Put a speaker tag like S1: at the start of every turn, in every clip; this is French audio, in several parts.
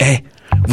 S1: Eh,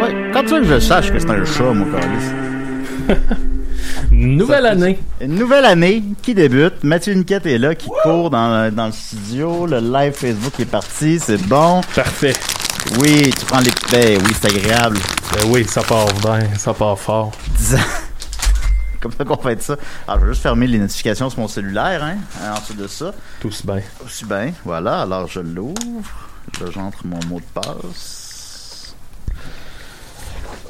S2: Ouais, quand tu veux que je sache que c'est un chat, mon Carlis.
S3: Nouvelle année.
S2: Une nouvelle année qui débute. Mathieu Niquette est là, qui court dans, dans le studio. Le live Facebook est parti, c'est bon.
S3: Parfait.
S2: Oui, tu prends les eh oui, c'est agréable.
S3: Ben oui, ça part bien, ça part fort.
S2: Dix ans. Comme ça qu'on fait ça. Alors, je vais juste fermer les notifications sur mon cellulaire, hein, hein, ensuite de ça.
S3: Tous bien.
S2: Aussi bien, voilà, alors je l'ouvre. Là, j'entre mon mot de passe.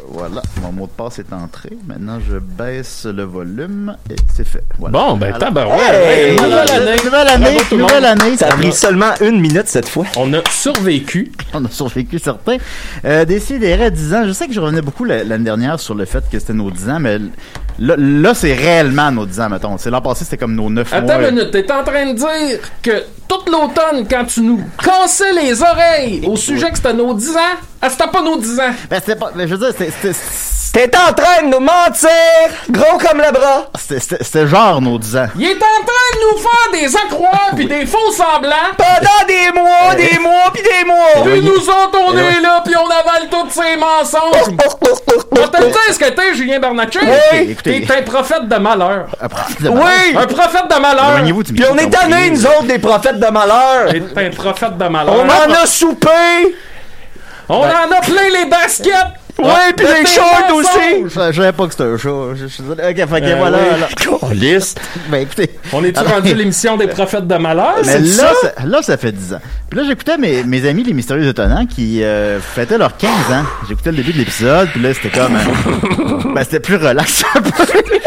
S2: Voilà, mon mot de passe est entré. Maintenant, je baisse le volume et c'est fait. Voilà.
S3: Bon, ben
S2: Alors-
S3: tabarouette.
S2: Hey,
S3: Hey, nouvelle année.
S2: Nouvelle année,
S3: Bravo, tout le
S2: nouvelle
S3: monde.
S2: année.
S4: Ça a pris seulement une minute cette fois.
S3: On a survécu.
S2: On a survécu certains. Euh, Décidérez 10 ans. Je sais que je revenais beaucoup la- l'année dernière sur le fait que c'était nos 10 ans, mais l- là, là, c'est réellement nos 10 ans, mettons. C'est l'an passé, c'était comme nos 9
S3: Attends
S2: mois.
S3: une minute, t'es en train de dire que tout l'automne, quand tu nous cassais les oreilles au sujet que c'était nos 10 ans, ah, c'était pas nos 10 ans.
S2: Ben, c'était pas, ben, je veux dire, c'était- c'était-
S4: T'es en train de nous mentir! Gros comme le bras!
S2: c'était- c'était c'était genre nos 10 ans.
S3: Il est en train de nous faire des accrocs puis des faux semblants.
S4: Pendant des mois, des mois, pis des mois!
S3: Puis nous autres,
S4: Eh
S3: on est là, puis on avale tous ces mensonges. On te le dit ce que t'es, Julien Bernatchez.
S2: Oui. Écoutez,
S3: T'es un prophète de malheur.
S2: Oui!
S3: Un prophète de malheur.
S2: Éloignez-vous du
S4: Pis Bah, on est tannés, nous autres, des prophètes de malheur!
S3: T'es un prophète de malheur.
S4: On en a soupé!
S3: On en a plein les baskets.
S4: Ouais, pis
S3: T'es
S4: les
S3: un
S4: shorts
S3: mensonge.
S4: aussi!
S2: Je je savais pas que c'était un show. Je je suis désolé. Ok, fait que
S4: Ben
S3: Euh,
S2: voilà.
S3: oui.
S2: alors.
S4: Calisse.
S2: Ben, écoutez.
S3: On est-tu
S2: Alors-
S3: rendu l'émission des prophètes de malheur?
S2: Mais là, ça, là, ça fait 10 ans. Puis là, j'écoutais mes, mes amis, les Mystérieux Étonnants, qui euh, fêtaient leurs 15 ans. J'écoutais le début de l'épisode, puis là, c'était comme... euh, ben, c'était plus relax un peu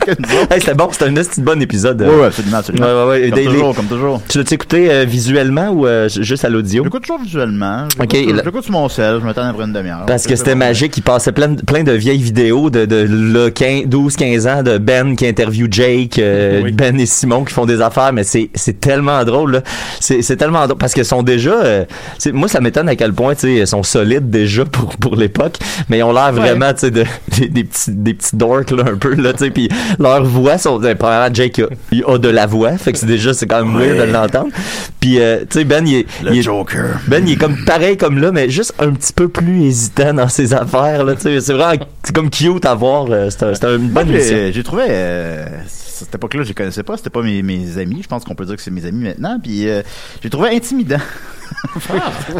S2: que nous autres.
S4: Hey, c'était bon, c'était un esti de bon épisode.
S2: Ouais, ouais, absolument, absolument.
S4: Ouais, ouais, ouais,
S2: Comme
S4: des- des-
S2: toujours, comme toujours.
S4: Tu l'as-tu écouté euh, visuellement ou euh, j- juste à l'audio?
S2: Je l'écoute toujours visuellement. Je
S4: Ok,
S2: l'écoute sur-
S4: là-
S2: je l'écoute sur mon sel, je m'attends après une demi-heure.
S4: Parce que
S2: Je-
S4: c'était magique, il passait plein, de- plein de vieilles vidéos de, de, là, 15 12, 15 ans de Ben qui interview Jake, euh,
S3: Oui.
S4: Ben et Simon qui font des affaires, mais c'est, c'est tellement drôle, là. C'est, c'est tellement drôle, parce qu'ils sont déjà, euh, c'est- moi ça m'étonne à quel point, tu sais, ils sont solides déjà pour, pour l'époque, mais ils ont l'air vraiment, tu sais, de, des, des petits, des petits dorks, là, un peu, là, tu sais, puis leur voix sont, euh, premièrement, Jake, il a, il a de la voix, fait que c'est déjà, c'est quand même weird de l'entendre. Puis, euh, tu sais, Ben, il est,
S2: Le
S4: il est-
S2: Joker.
S4: ben, il est comme pareil comme là, mais juste un petit peu plus hésitant dans ses affaires. Là, tu sais. c'est vraiment c'est comme cute à voir. euh, C'est un- c'est une
S2: Moi,
S4: bonne émission.
S2: j'ai j'ai trouvé, euh, cette époque-là, je les connaissais pas, c'était pas mes, mes amis, je pense qu'on peut dire que c'est mes amis maintenant, puis euh, j'ai trouvé intimidant.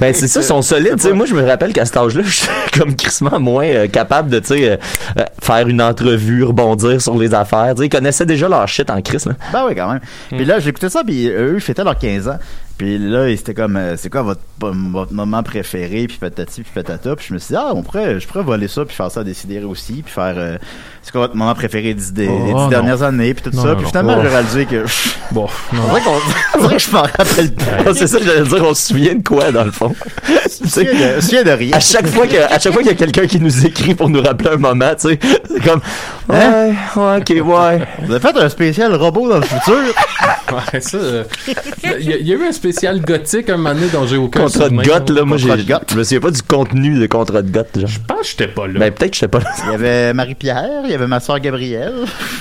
S4: Ben, c'est ça, ils sont solides. tu sais. Moi, je me rappelle qu'à cet âge-là, je suis comme crissement moins euh, capable de tu sais, euh, euh, faire une entrevue, rebondir sur les affaires. tu sais. Ils connaissaient déjà leur shit en crise. Là.
S2: Ben oui, quand même.
S3: Hmm.
S2: Puis là, j'écoutais ça, puis eux, ils fêtaient leurs 15 ans. Puis là, ils étaient comme, euh, c'est quoi votre, votre moment préféré, puis patati, puis patata. Puis je me suis dit, ah, on pourrait, je pourrais voler ça, puis faire ça à décider aussi, puis faire, euh, c'est quoi votre moment préféré des, des-
S3: Oh,
S2: des
S3: non.
S2: dernières années, puis tout
S3: Non,
S2: ça.
S3: non,
S2: puis
S3: non.
S2: finalement,
S3: Oh.
S2: j'ai réalisé que,
S3: Bon,
S2: on dirait qu'on- on dirait que je m'en rappelle plus.
S4: c'est ça que j'allais dire. On se souvient de quoi, dans le fond? Tu
S2: Je
S4: sais,
S2: me souviens euh,
S4: Ah,
S2: de- je me souviens de rien.
S4: à chaque fois que à chaque fois qu'il y a quelqu'un qui nous écrit pour nous rappeler un moment, tu sais, c'est comme
S2: Hein?
S4: Ouais, ouais, ok, ouais.
S2: Vous avez fait un spécial robot dans le futur.
S3: Ouais, ça. euh, Il y, a- il y a eu un spécial gothique un moment donné dont j'ai aucun
S4: Contrat de
S3: souvenir.
S4: goth, là, moi, j'ai.
S2: Contrat de goth.
S4: Je me souviens pas du contenu de contrat de goth, genre.
S3: Je pense que j'étais pas là.
S4: Ben, peut-être que je sais pas.
S2: Il y avait Marie-Pierre, il y avait ma soeur Gabrielle.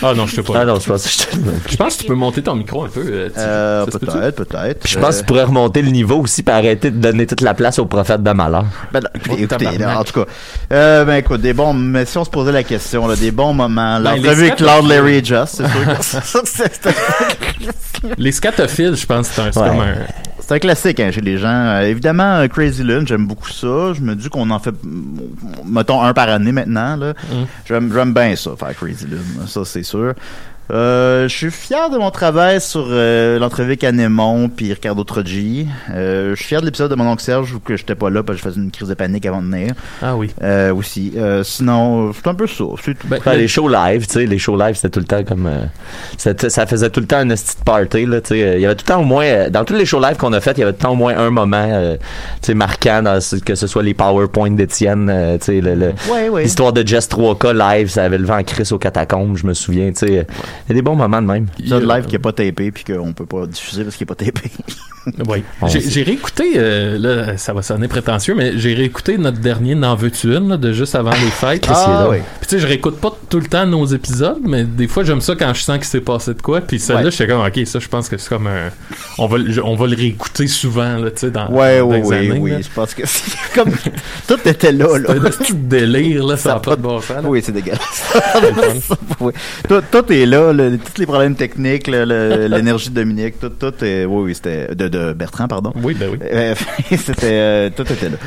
S3: Ah non, j'étais pas
S4: Ah
S3: là.
S4: non, je pense que je te-
S3: Je pense que tu peux monter ton micro un peu. euh, tu-
S2: Euh,
S3: ça se peut-tu?
S2: peut-être, peut-être. euh,
S4: Puis je pense que tu pourrais remonter le niveau aussi pour arrêter de donner toute la place au prophète de malheur.
S2: Ben, non, écoutez,
S3: Oh,
S2: écoutez,
S3: tabarnak.
S2: en tout cas, euh, ben écoute, des bons, mais si on se posait la question, là, des bons moments,
S3: Ben,
S2: la
S3: les
S2: revue avec
S3: skates-
S2: Claude Larry et Just, c'est sûr que ça, c'est c'est un-
S3: Les scatophiles, je pense que c'est un- c'est
S4: Ouais.
S3: comme un.
S2: c'est un classique hein, chez les gens. Euh, évidemment, euh, Crazy Lune, j'aime beaucoup ça. Je me dis qu'on en fait, mm, mettons, un par année maintenant. là. J'aime j'aime bien ça, faire Crazy Lune, ça c'est sûr. Euh, je suis fier de mon travail sur euh, l'entrevue avec Anémon puis Ricardo Troggi. Euh, je suis fier de l'épisode de mon oncle Serge où que j'étais pas là parce que je faisais une crise de panique avant de venir.
S3: Ah oui.
S2: Euh, aussi. Euh, sinon, c'est un peu ça. C'est tout.
S3: Ben,
S4: Faire les shows live, tu sais, les shows live, c'était tout le temps comme. euh, c'était- ça faisait tout le temps un petite party, là, tu sais. Euh, Il y avait tout le temps au moins. euh, dans tous les shows live qu'on a fait, il y avait tout le temps au moins un moment, euh, tu sais, marquant, dans ce- que ce soit les PowerPoint d'Étienne, euh, tu sais, le- le-
S2: Ouais, ouais.
S4: l'histoire de Jess 3K live, ça avait le vent en crise aux catacombes, je me souviens, tu sais. Euh, Il y a des bons moments de même.
S2: Épisode live qui est pas tapé puis qu'on peut pas diffuser parce qu'il est pas tapé.
S3: Oui.
S4: On
S3: J'ai-
S4: sait.
S3: J'ai réécouté, euh, là, ça va sonner prétentieux, mais j'ai réécouté notre dernier N'en veux-tu une, là, de juste avant les fêtes.
S4: Qu'est-ce qu'il est là?
S2: oui.
S3: Puis tu sais, je réécoute pas tout le temps nos épisodes, mais des fois j'aime ça quand je sens qu'il s'est passé de quoi. Puis celle-là,
S2: Ouais.
S3: j'étais comme, ok, ça, je pense que c'est comme un. On va, le- je- on va le réécouter souvent, là, tu sais, dans.
S2: Ouais,
S3: dans
S2: ouais,
S3: les
S2: oui,
S3: années,
S2: oui.
S3: Ah, là.
S2: Je pense que c'est comme tout était là, là.
S3: C'est un petit délire, là, ça
S2: Ça
S3: n'a pas de bon sens. là.
S2: Oui, c'est dégueulasse. Ah Oui. tout, tout est là, le- tous les problèmes techniques, le- le- l'énergie de Dominique, tout, tout est. Oui, oui, c'était. De, de Bertrand, pardon.
S3: Oui, ben oui.
S2: Euh, c'était euh, tout était là.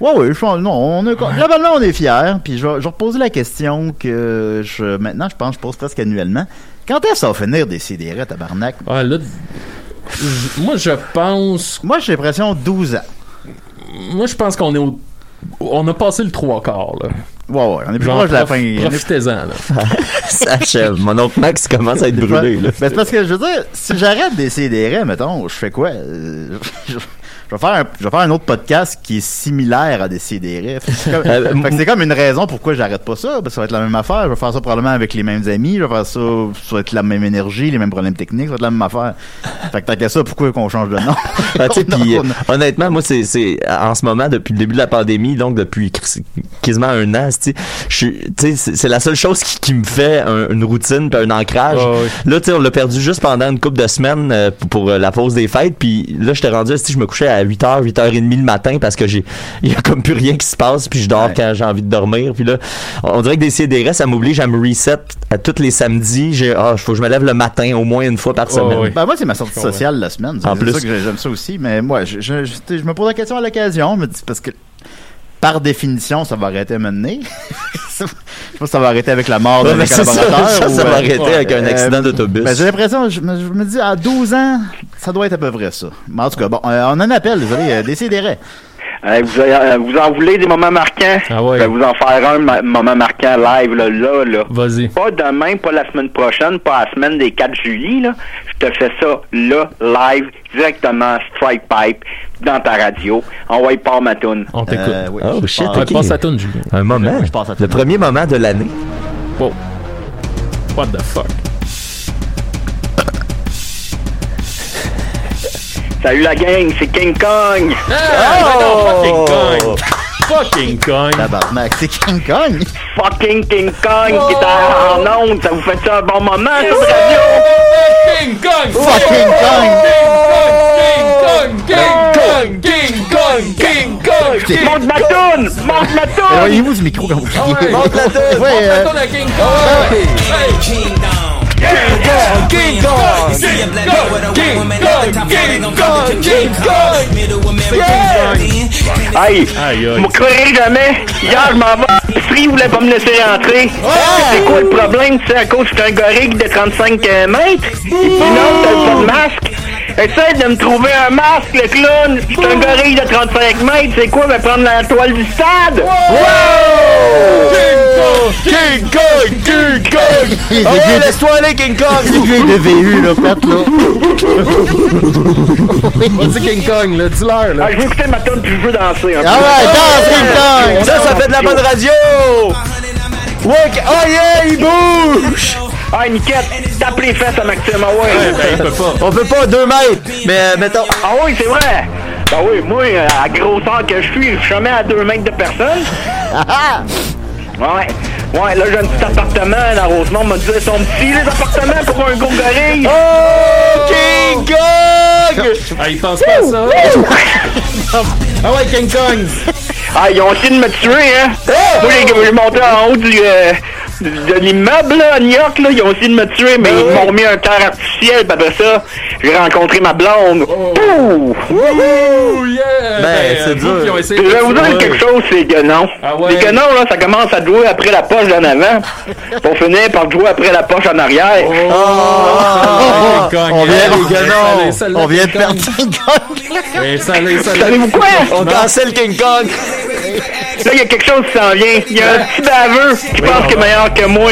S2: Ouais, oui, je pense, non, on est, globalement, on est fiers. Puis je vais, je vais reposer la question que je, maintenant, je pense, que je pose presque annuellement. Quand est-ce que ça va finir des CDR, tabarnak?
S3: Ah, là, j- moi, je pense.
S2: Moi, j'ai l'impression 12 ans.
S3: Moi, je pense qu'on est au. On a passé le trois quarts, là.
S2: Ouais, ouais, on est plus
S3: Genre,
S2: proche de la
S3: prof-
S2: fin. on est-
S3: Profitez-en, là.
S4: ça achève. Mon oncle Max commence à être brûlé, là.
S2: Ben, c'est parce que je veux dire, si j'arrête d'essayer mettons, je fais quoi? Euh, je, je vais faire un, je vais faire un autre podcast qui est similaire à des CDR. C'est comme,
S4: Euh,
S2: fait que c'est comme une raison pourquoi j'arrête pas ça. Parce que ça va être la même affaire. Je vais faire ça probablement avec les mêmes amis. Je vais faire ça, ça va être la même énergie, les mêmes problèmes techniques. Ça va être la même affaire. Fait que tant qu'à ça, pourquoi qu'on change de nom?
S4: Ah, tu sais,
S2: On a-
S4: puis,
S2: on a-
S4: euh, honnêtement, moi, c'est, c'est, en ce moment, depuis le début de la pandémie, donc depuis cr- quasiment un an, c'est- je suis- tu sais, c'est c'est la seule chose qui, qui me fait un- une routine puis un ancrage.
S3: Ah oui.
S4: Là, tu sais, on l'a perdu juste pendant une couple de semaines euh, pour, pour, euh, la pause des fêtes, puis là, j'étais rendu, si je me couchais à 8h, 8h30 le matin parce que j'ai, il y a comme plus rien qui se passe, puis je dors
S2: Ouais.
S4: quand j'ai envie de dormir, puis là, on on dirait que des CDR, ça m'oblige à me reset à tous les samedis. J'ai, ah, faut que je me lève le matin au moins une fois par
S3: Ah
S4: semaine.
S3: oui.
S2: Ben, moi, c'est ma sortie
S3: comprends.
S2: sociale la semaine.
S4: En
S2: C'est
S4: plus.
S2: ça que j'aime ça aussi. Mais moi, je, je, je- tu sais, je me pose la question à l'occasion. je me dis- Parce que, par définition, ça va arrêter à un moment donné. je pense que ça va arrêter avec la mort
S4: Ouais,
S2: d'un
S4: mais c'est ça,
S2: collaborateur.
S4: ça,
S2: ou,
S4: ça va
S2: euh,
S4: arrêter avec un
S2: euh,
S4: accident d'autobus.
S2: ben, j'ai l'impression, je, me- je me dis, à 12 ans, ça doit être à peu près ça. Mais en tout cas, bon, euh, on en appelle, désolé, euh, décidérez.
S5: Euh, vous, euh, vous en voulez des moments marquants?
S3: Ah ouais.
S5: Je vais vous en faire un ma- moment marquant live, là, là, là.
S3: Vas-y.
S5: Pas demain, pas la semaine prochaine, pas la semaine des 4 juillet, là. Je te fais ça, là, live, directement, strike pipe, dans ta radio. Envoie par ma toune.
S3: On t'écoute.
S2: Euh, oui,
S4: Oh,
S2: je
S4: shit,
S2: pense-
S3: Ouais,
S4: ok.
S3: Passe à toune, Julien.
S4: Un moment.
S2: Je passe à tout.
S4: Le premier moment de l'année.
S3: Wow. What the fuck?
S5: Salut la gang, c'est King Kong!
S3: Fucking coin! Fucking coin!
S2: Tabarnak, c'est King Kong!
S5: Fucking King Kong qui est en-
S4: Oh!
S5: en onde! Ça vous fait ça un bon moment, ça, de radio?
S3: King Kong!
S4: Oh,
S2: Fucking Kong!
S3: Oh! King Kong! King Kong! King Kong! King Kong! Oh! King Kong!
S5: Monte ma toune! Monte ma toune!
S2: Éloignez-vous du micro quand vous criez.
S3: Ouais.
S4: la tête!
S2: Ouais, euh,
S3: Retourne à King Kong! Oh! Hey! King Kong! King Kong! King Kong! King Kong!
S5: Aïe!
S3: Aïe,
S5: Vous
S3: aïe.
S5: me croirez jamais! Hier, je m'en vais à l'épicerie, vous voulez pas me laisser rentrer! C'est quoi le problème? C'est à cause que je suis un gorille de 35 mètres? Non, t'as pas de masque? Essaye de me trouver un masque, le clown! Je suis un gorille de 35 mètres, c'est quoi? Va prendre la toile du stade!
S3: King Kong! King Kong!
S2: les vieux-
S4: Oh, laisse-toi aller, King Kong!
S2: les vieux de VU, là, faites, là.
S3: Vas-y, King Kong, là, dis-leur, là.
S5: Ah, je veux écouter ma tourne puis je veux danser un peu.
S2: Ah ouais, danse King Kong!
S4: Ça, ça fait de la bonne radio!
S6: Ouais, que- oh yeah, il bouge!
S4: Ah, Niquette, tape les fesses à Maxime. Ah ouais.
S6: On ben, peut pas deux mètres, mais euh, mettons.
S4: Ah oui, c'est vrai. Ben oui, moi, euh, à grosseur que je suis, je suis jamais à deux mètres de personne. Ouais. Ouais, là, j'ai un petit appartement à Rosemont. On m'a dit, ils sont petits, les appartements, pour un gros gorille.
S6: Oh, King Kong!
S3: Ah, il pense pas à ça.
S6: Ah ouais, King Kong!
S4: Ah, ils ont essayé de me tuer, hein. Moi, j'ai- je suis monté en haut du, euh, du- de l'immeuble, là, à New York, là. Ils ont essayé de me tuer, mais
S3: Ah
S4: ils m'ont remis un terre artificiel. Puis après ça, j'ai rencontré ma blonde.
S3: Oh.
S4: Pouf!
S3: Ouh, Oh, yeah!
S6: Ben, c'est
S3: euh, vous
S6: dur.
S3: qui ont essayé
S4: Je
S3: de
S4: vais vous dire
S3: trouver-
S4: quelque chose, c'est que non.
S3: Ah ouais?
S4: C'est que non, là, ça commence à jouer après la poche en avant, pour finir par jouer après la poche en arrière.
S6: Oh, oh, oh,
S3: King Kong.
S6: on vient,
S3: Oh,
S6: les gars, non.
S3: allez, celle-là,
S6: On vient de
S3: King
S6: perdre
S3: Kong.
S6: King Kong!
S3: Eh, ça allait, ça allait.
S4: Savez-vous quoi?
S6: On cancelle King Kong!
S4: Là, il y a quelque chose qui s'en vient. Il y a un petit baveux qui pense qu'il est meilleur que moi.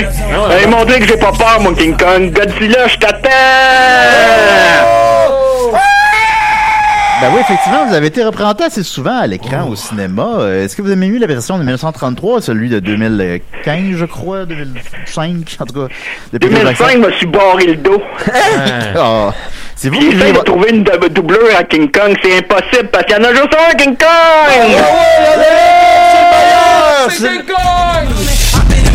S4: Ils m'ont dit que j'ai pas peur, mon King Kong. Godzilla, je t'attends!
S2: Ben oui, effectivement, vous avez été représenté assez souvent à l'écran, au cinéma. Euh, Est-ce que vous avez eu la version de 1933, celui de 2015, je crois, 2005, en tout cas, depuis
S4: 2005, je me suis barré le dos.
S2: Ah, c'est vous qui
S4: J'essaie
S2: jouez...
S4: de trouver une dou- doubleur à King Kong, c'est impossible parce qu'il y en a juste un King Kong!
S3: C'est King Kong!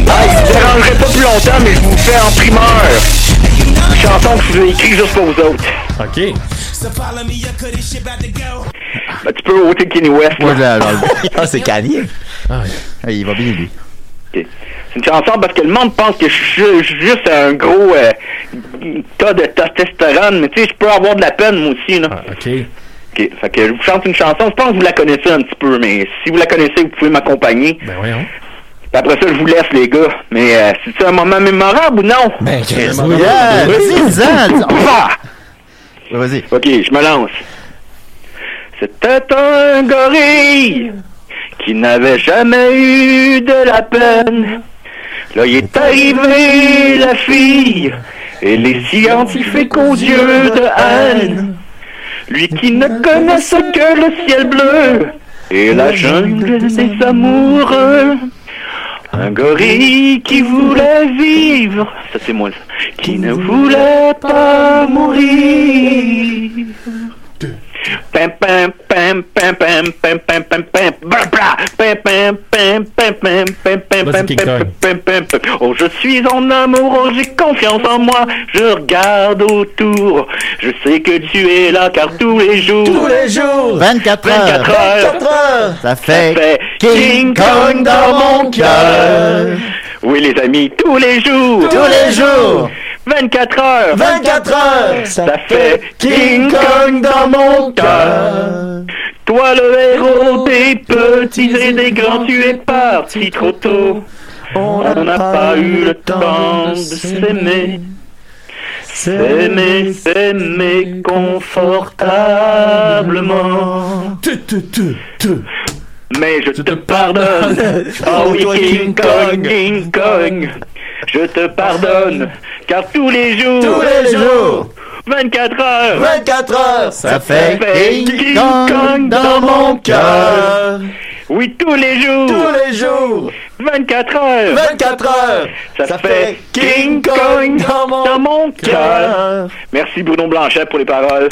S4: Ah, je vous dérangerai pas plus longtemps, mais je vous fais en primeur. Chanson que je vous ai écrite juste pour vous autres.
S3: Ok.
S4: Ben, tu peux ôter Kenny West. là.
S2: Moi, je l'ai-
S6: Ah, c'est Kanye!
S4: Ah,
S2: Hey, Ah, il va bien, lui.
S4: Ok. C'est une chanson parce que le monde pense que je suis ju- juste un gros euh, tas de testostérone, mais tu sais, je peux avoir de la peine moi aussi, là.
S3: Ah, Ok.
S4: Ok. Fait que je vous chante une chanson, je pense que vous la connaissez un petit peu, mais si vous la connaissez, vous pouvez m'accompagner.
S3: Ben voyons.
S4: Puis Après ça, je vous laisse, les gars. Mais euh, c'est un moment mémorable ou non?
S6: Ben, Chris,
S2: Yeah,
S4: Oui.
S2: euh, dis-en, dis-
S4: Pouah!
S2: Ouais, Ah, Vas-y.
S4: Ok, je me lance. C'était un gorille qui n'avait jamais eu de la peine. Là, il est arrivé la fille et les scientifiques aux yeux de Anne. Lui qui ne connaissait que le ciel bleu et la jungle des amoureux. Un gorille qui voulait vivre, ça c'est moi, ça. qui ne voulait pas mourir. Pam pam pam pam pam pam pam pam pam bra, bra. pam pam pam pam pam pam pam
S3: Vas-y,
S4: pam,
S3: King
S4: pam,
S3: Kong.
S4: pam, pam, pam. Oh je suis en amour, oh j'ai confiance en moi, je regarde autour, je sais que tu es là car tous les jours, tous les
S2: 24
S4: 24
S2: heures,
S4: heures,
S2: ça
S4: ça
S2: fait
S4: fait King Kong dans mon cœur. Oui les amis, tous les jours,
S6: Tous les jours!
S4: 24 heures,
S6: 24 heures!
S4: ça fait King Kong dans mon cœur. Toi le héros des petits et des grands, tu es parti trop tôt. On n'a pas eu le temps de s'aimer. S'aimer, s'aimer confortablement. Mais je te pardonne. Oh oui,
S6: Toi,
S4: King
S6: King
S4: Kong,
S6: Kong.
S4: King Kong. Je te pardonne. Car tous les jours,
S6: Tous les jours!
S4: 24 heures,
S6: 24 heures!
S2: ça fait
S4: fait
S2: King Kong dans mon cœur.
S6: Cœur!
S4: oui, tous les jours,
S6: Tous les jours!
S4: 24 heures,
S6: 24 heures!
S4: ça, fait King Kong dans mon, cœur. Merci Bruno Blanchet pour les paroles.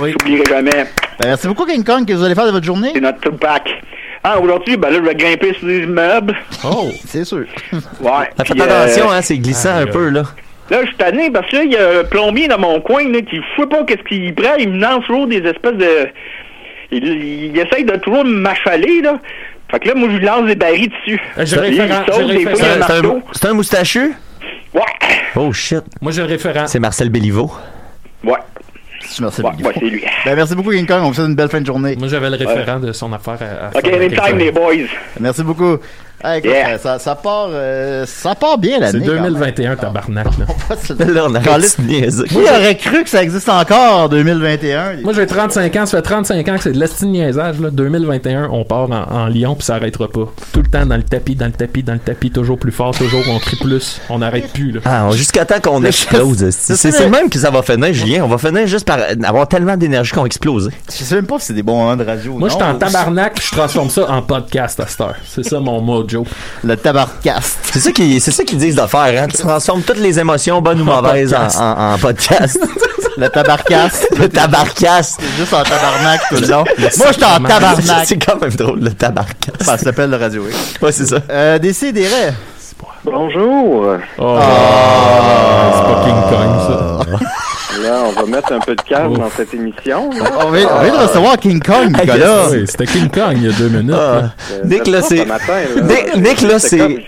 S3: Oui.
S4: J'oublierai jamais,
S2: Ben, Merci beaucoup, King Kong, que vous allez faire de votre journée.
S4: c'est notre Tupac. Ah, aujourd'hui, ben là, je vais grimper sur les immeubles.
S2: C'est sûr.
S4: Ouais.
S6: Faites
S4: puis, euh,
S6: attention, hein, c'est glissant un peu, là.
S4: Là, je suis tanné parce que là, il y a un plombier dans mon coin là, qui ne pas qu'est-ce qu'il prend. Il me lance toujours des espèces de... Il, il essaye de toujours m'achaler, là. Fait que là, moi, je lui lance des barils dessus.
S3: Euh, j'ai
S4: Il
S3: référent,
S4: saute,
S3: j'ai
S4: des fois, il y a un
S3: référent.
S6: C'est un,
S4: marteau.
S6: c'est un moustachu?
S4: Ouais,
S6: Oh shit,
S3: Moi, j'ai le référent.
S6: c'est Marcel Béliveau.
S4: ouais,
S2: Je merci
S4: ouais, ouais, c'est lui.
S2: Ben, merci beaucoup, King Kong. On vous souhaite une belle fin de journée.
S3: Moi, j'avais le référent de son affaire à, à
S4: OK,
S3: faire quelque
S4: anytime,
S3: chose.
S4: les boys.
S2: Merci beaucoup. Ah, écoute,
S4: Yeah.
S2: euh, ça, ça part, euh, ça part bien
S3: C'est
S2: l'année. quand même.
S3: 2021, tabarnak. là.
S2: On passe le-
S6: Là, on a
S2: Caliste.
S6: de niaiser.
S2: Qui aurait cru que ça existe encore en 2021?
S3: Moi, j'ai 35 ans. Ça fait 35 ans que c'est de l'esti de niaisage. Là. 2021, on part en, en Lyon puis ça arrêtera pas. Tout le temps dans le tapis, dans le tapis, dans le tapis. Toujours plus fort, toujours on crie plus. On n'arrête plus. Là.
S6: Ah, on- jusqu'à temps qu'on explose. esti. C'est c'est le même que ça va finir, Julien. On va finir juste par euh, avoir tellement d'énergie qu'on explose.
S2: Je sais même pas si c'est des bons moments de radio ou
S3: Moi, je
S2: non.
S3: suis en tabarnak puis je transforme ça en podcast à cette heure. C'est ça mon mode. l'autre joke.
S2: Le tabarcast.
S1: C'est ça qu'ils c'est ça qu'ils disent de faire, hein. Tu transformes toutes les émotions, bonnes ou mauvaises, en, en- en podcast.
S2: Le tabarcast.
S1: le tabarcasse.
S2: C'est juste en tabarnak tout le long. Moi, j'étais en tabarnak.
S1: C'est quand même drôle, le tabarcasse.
S2: Ça s'appelle le Radio X.
S1: Ouais, c'est ça.
S2: Euh, Décidérez.
S4: Bonjour. Ah.
S3: Oh, c'est
S2: Ah.
S3: pas King Kong, ça.
S4: Là, on va mettre un peu de calme dans cette émission. là.
S2: On vient, on vient de recevoir King Kong, Nicolas.
S3: Oui, c'était King Kong il y a deux minutes.
S1: Ah.
S3: là.
S4: Euh,
S1: Nick, là,
S4: ça,
S1: c'est-
S4: ce matin, là.
S1: Nick- Nick, là, c'est-
S4: comme-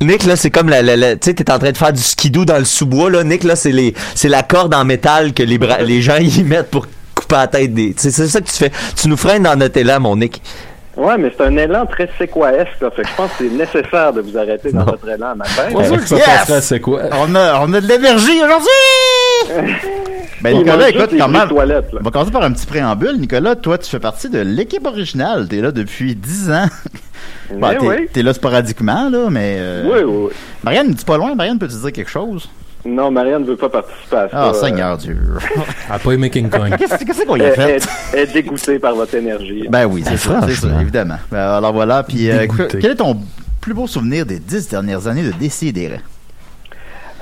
S1: Nick, là, c'est comme la, la- la- tu sais, t'es en train de faire du skidoo dans le sous-bois, là. Nick, là, c'est les, c'est la corde en métal que les bras, les gens y mettent pour couper la tête des, tu sais, c'est ça que tu fais. Tu nous freines dans notre élan, mon Nick.
S4: Ouais, mais c'est un élan très séquoesque, là. Fait que je pense que c'est nécessaire de vous arrêter dans votre élan à matin.
S3: Pas sûr que ça
S2: Yes!
S3: passerait, c'est quoi?
S2: On a, on a de l'énergie aujourd'hui! ben, Nicolas, écoute, quand même.
S4: toilettes, là.
S2: On va commencer par un petit préambule. Nicolas, toi, tu fais partie de l'équipe originale. T'es là depuis 10 ans. Bon,
S4: Mais
S2: t'es,
S4: oui.
S2: t'es là sporadiquement, là, mais. euh,
S4: Oui, oui, oui.
S2: Marianne, dis pas loin. Marianne, peux-tu dire quelque chose?
S4: Non, Marianne ne veut pas participer à ça.
S2: Ah,
S4: euh,
S2: Seigneur Dieu.
S3: Ah, pas aimé King Kong.
S2: Qu'est-ce, qu'est-ce qu'on y a
S4: Elle elle-
S2: fait?
S4: elle est dégoûtée par votre énergie.
S2: Ben oui, c'est ça, c'est
S1: franchement.
S2: ça, évidemment. Ben, alors voilà, puis euh,
S7: Dégoûté.
S2: quel est ton plus beau souvenir des 10 dernières années de décider?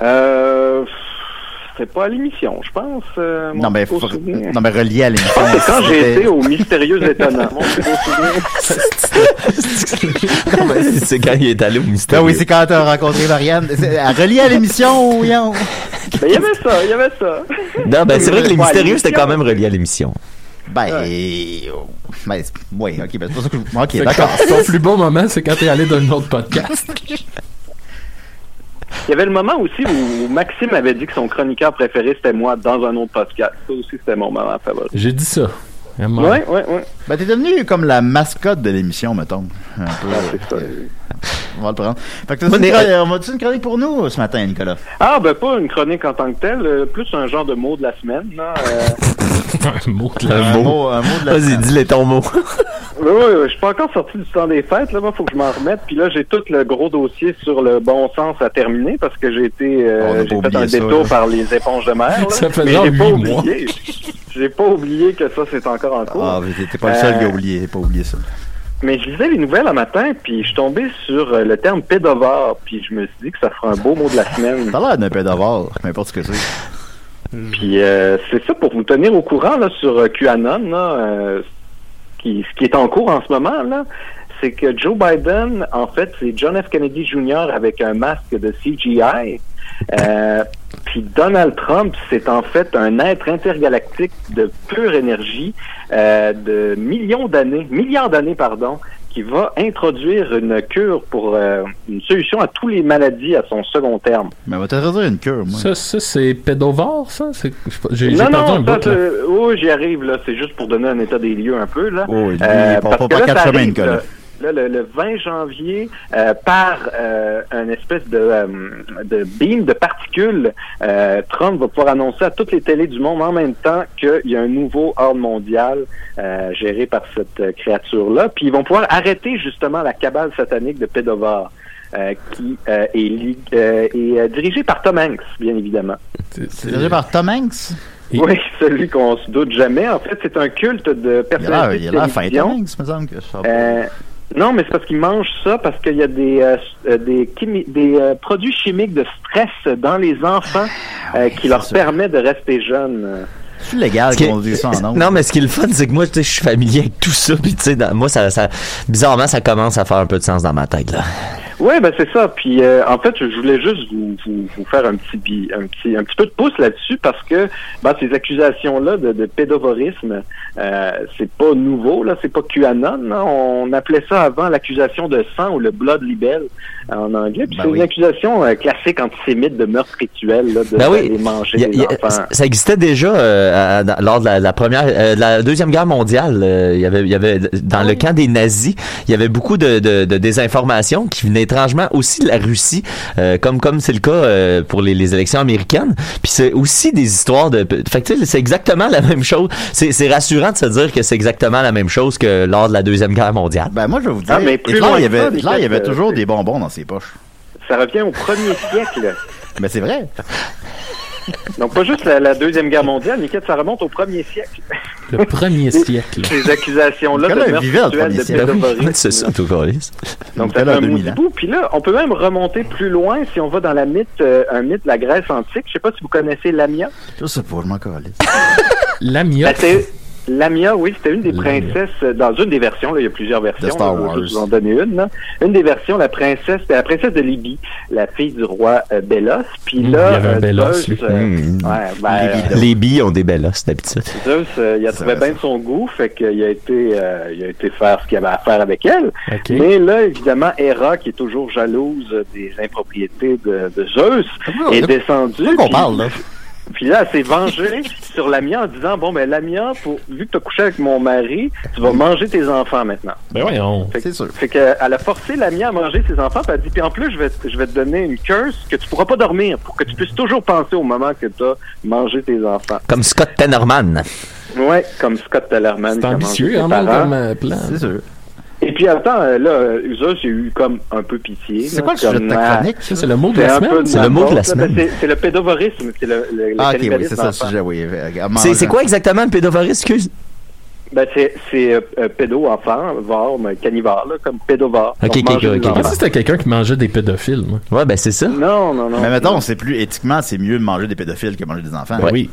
S4: Euh, c'est pas à l'émission, je pense. euh, mon
S2: Non, mais,
S4: plus beau
S2: faut-
S4: souvenir.
S2: non, mais relié à l'émission.
S4: Ah, c'est quand j'ai
S2: c'était-
S4: été au Mystérieux Étonnant. Mon plus beau souvenir.
S1: Non, mais c'est- c'est quand il est allé au mystère.
S2: Ben oui, c'est quand t'as rencontré Marianne. C'est- à- Relié à l'émission hein. ou Yann?
S4: Ben, il y avait ça, il y avait ça.
S1: Non, ben, c'est vrai que les
S4: Ouais,
S1: mystérieux, c'était
S4: l'émission.
S1: quand même relié à l'émission.
S2: Ben, oh, ben, c'est- oui, ok, ben, c'est pour ça que je... Ok,
S3: Fait
S2: d'accord.
S3: que Ton plus beau moment, c'est quand t'es allé dans un autre podcast.
S4: Il y avait le moment aussi où Maxime avait dit que son chroniqueur préféré, c'était moi, dans un autre podcast. Ça aussi, c'était mon moment favori.
S3: J'ai dit ça. Vraiment.
S4: Ouais, ouais, ouais.
S2: Ben, t'es devenu comme la mascotte de l'émission, mettons. Un peu,
S4: Ah, c'est ça.
S2: euh, on va le prendre. Fait que t'as
S1: Moi,
S2: une,
S1: mais-
S2: chronique- on a-tu une chronique pour nous euh, ce matin, Nicolas?
S4: Ah, ben pas une chronique en tant que telle, euh, plus un genre de mot de la semaine. là, euh.
S3: Un mot clair.
S1: Un mot.
S2: un mot de la
S1: Vas-y, dis-les ton mot.
S4: Oui, oui, oui, je suis pas encore sorti du temps des fêtes, là, moi, faut que je m'en remette. Puis là, j'ai tout le gros dossier sur le bon sens à terminer parce que j'ai été euh,
S2: Oh, On a pas
S4: j'ai fait
S2: oublié
S4: un
S2: ça,
S4: détour
S2: là.
S4: par les éponges de mer. là.
S3: Ça fait
S4: Mais
S3: genre
S4: j'ai pas
S3: huit mois.
S4: oublié. J'ai pas oublié que ça c'est encore en cours.
S2: Ah, mais t'es- t'es pas le seul
S4: Euh,
S2: qui a oublié, pas oublié ça.
S4: Mais je lisais les nouvelles un matin, puis je suis tombé sur euh, le terme pédovore, puis je me suis dit que ça fera un beau mot de la semaine.
S2: T'as l'air d'un pédavore, n'importe ce que c'est.
S4: Puis euh, c'est ça pour vous tenir au courant là, sur euh, QAnon, là, euh, qui, ce qui est en cours en ce moment, là, c'est que Joe Biden, en fait, c'est John F. Kennedy Jr. avec un masque de CGI. Euh, puis Donald Trump, c'est en fait un être intergalactique de pure énergie euh, de millions d'années, milliards d'années, pardon, qui va introduire une cure pour euh, une solution à tous les maladies à son second terme.
S2: Mais on va te traduire une cure, moi.
S3: Ça, ça c'est pédovore, ça? C'est- je sais pas, J'ai j'ai
S4: Non,
S3: perdu un
S4: non, ça,
S3: bout, là.
S4: c'est- oui, j'y arrive, là. C'est juste pour donner un état des lieux un peu, là.
S2: Oh, il,
S4: Euh,
S2: il part
S4: parce
S2: pas
S4: que
S2: par
S4: là, ça
S2: quatre semaines,
S4: arrive, euh,
S2: Nicolas.
S4: là, le, le 20 janvier, euh, par euh, un espèce de, euh, de beam de particules, euh, Trump va pouvoir annoncer à toutes les télés du monde en même temps qu'il y a un nouveau ordre mondial euh, géré par cette euh, créature-là. Puis ils vont pouvoir arrêter justement la cabale satanique de Pédovore. euh, qui euh, est, li- euh, est, euh, dirigée par Tom Hanks, bien évidemment.
S3: C'est-
S2: C'est
S3: c'est-
S2: traduit par Tom Hanks?
S3: Et-
S4: Oui, celui qu'on se doute jamais. En fait, c'est un culte de
S2: Il a l'air,
S4: personnalité
S2: Ah, il a hein.
S4: de
S2: l'air fin,
S4: télévision.
S2: Tom Hanks, me semble que ça.
S4: Euh, non, mais c'est parce qu'ils mangent ça parce qu'il y a des euh, euh, des, chimi- des euh, produits chimiques de stress dans les enfants
S2: Ah,
S4: euh, qui leur
S2: sûr.
S4: permet de rester jeunes. euh.
S2: C'est légal
S1: Ce qui-
S2: qu'on dise ça en ondes.
S1: Non, mais ce qui est le fun, c'est que moi, tu sais, je suis familier avec tout ça, puis tu sais, dans- moi, ça, ça, bizarrement, ça commence à faire un peu de sens dans ma tête, là.
S4: Oui, ben c'est ça. Puis euh, en fait, je voulais juste vous, vous, vous faire un petit bi- un petit un petit peu de pouce là-dessus parce que ben, ces accusations là de, de pédovorisme, euh, c'est pas nouveau là, c'est pas QAnon. hein. On appelait ça avant l'accusation de sang ou le blood libel euh, en anglais. Puis
S2: Ben
S4: c'est
S2: oui.
S4: une accusation euh, classique antisémite de meurtre rituel là, de
S1: Ben oui.
S4: d'aller manger
S1: Il y a-
S4: des
S1: il y a-
S4: enfants.
S1: ça existait déjà euh, à- dans- lors de la, la première, euh, de la deuxième guerre mondiale. euh, il y avait, il y avait dans le camp des nazis, il y avait beaucoup de, de, de désinformation qui venait étrangement aussi de la Russie, euh, comme comme c'est le cas euh, pour les, les élections américaines. Puis c'est aussi des histoires de. Fait que tu sais, c'est exactement la même chose. C'est c'est rassurant de se dire que c'est exactement la même chose que lors de la deuxième guerre mondiale.
S2: Ben, moi, je vais vous dire,
S4: Ah, mais plus
S2: Hitler,
S4: loin
S2: il y
S4: que ça,
S2: avait,
S4: des
S2: Hitler, il y avait
S4: quelques-
S2: toujours
S4: c'est-
S2: des bonbons dans ses poches.
S4: Ça revient au premier siècle.
S2: Mais c'est vrai.
S4: Donc pas juste la, la deuxième guerre mondiale, mais que ça remonte au premier siècle.
S3: siècle, le premier siècle.
S6: Ces accusations-là
S2: Nicolas
S6: de meurtre
S2: vivait au
S6: rituel,
S2: premier
S6: de
S2: siècle.
S6: pédophilie.
S4: C'est ça, tout calice.
S6: Donc, ça fait
S2: Nicolas
S6: un
S2: de
S6: maudit
S2: Milan.
S6: bout. Puis là, on peut même remonter plus loin si on va dans la mythe, euh, un mythe de la Grèce antique. Je sais pas si vous connaissez Lamia.
S2: Je sais pas, je m'en calisse.
S3: La
S6: Ben,
S3: miote.
S6: c'est- Lamia, oui, c'était une des
S3: Lamia.
S6: princesses, euh, dans une des versions, là, il y a plusieurs versions,
S2: De Star
S6: là, je vais
S2: Wars.
S6: juste vous en donner une. là. Une des versions, la princesse, c'était la princesse de Libye, la fille du roi euh, Bélos. Puis
S2: Mmh,
S3: Mm,
S6: là,
S3: il y avait un
S6: euh,
S3: Bélos,
S6: Zeus,
S3: lui.
S6: euh,
S4: Mm.
S6: ouais, ben, euh,
S4: Les billes ont des belles os, d'habitude.
S6: Zeus, euh, il a
S2: Ça
S6: trouvé
S2: va,
S6: bien de son goût, fait qu'il a été, euh, il a été faire ce qu'il avait à faire avec elle.
S3: Ok.
S6: Mais là, évidemment, Hera, qui est toujours jalouse des impropriétés de, de Zeus, est descendue.
S2: C'est Oh, qu'on
S6: puis-
S2: parle, là.
S6: Puis là, elle s'est vengée sur Lamia en disant Bon, ben, Lamia, pour, vu que t'as couché avec mon mari, tu vas manger tes enfants maintenant.
S3: Ben voyons.
S6: Fait, que-
S2: C'est sûr.
S4: Euh,
S6: fait que, elle a forcé Lamia à manger ses enfants, puis elle a dit Puis en plus, je vais, te- je vais te donner une curse que tu pourras pas dormir pour que tu puisses toujours penser au moment que t'as mangé tes enfants.
S4: Comme Scott Tenorman.
S6: Ouais, comme Scott
S4: Ah,
S6: Tellerman.
S3: C'est
S6: qui a mangé
S3: ambitieux,
S6: ses
S3: hein, même,
S6: parents.
S3: comme euh, plan.
S2: C'est sûr.
S6: Et puis, attends, euh, là, euh, Zeus, j'ai eu comme un peu pitié.
S2: C'est
S6: là,
S2: quoi le sujet de
S6: comme,
S2: ta
S6: ah,
S2: chronique?
S3: Ça, c'est le mot de
S6: C'est
S3: la
S6: un peu
S3: semaine.
S6: de
S4: C'est
S6: ma
S4: le mot de la
S6: faute, là,
S4: semaine.
S6: parce que C'est c'est le pédovorisme, c'est le, le, le
S2: Ah, ok, oui,
S6: cannibalisme
S2: c'est ça le
S6: d'enfant.
S2: sujet, oui. Euh,
S4: C'est
S2: mange-
S4: c'est quoi exactement le pédophile, excuse?
S6: Ben, c'est c'est euh, euh, pédo-enfant, vorme, carnivore, là, comme pédovore.
S4: Ok,
S6: On
S4: ok,
S6: mange
S4: ok,
S6: des
S4: ok.
S3: Je pensais
S6: enfants.
S3: que c'était quelqu'un qui mangeait des pédophiles, moi.
S4: Ouais, ben c'est ça.
S6: Non, non, non.
S2: Mais mettons, c'est plus éthiquement, c'est mieux de manger des pédophiles que manger des enfants.
S4: Ouais.
S3: Oui.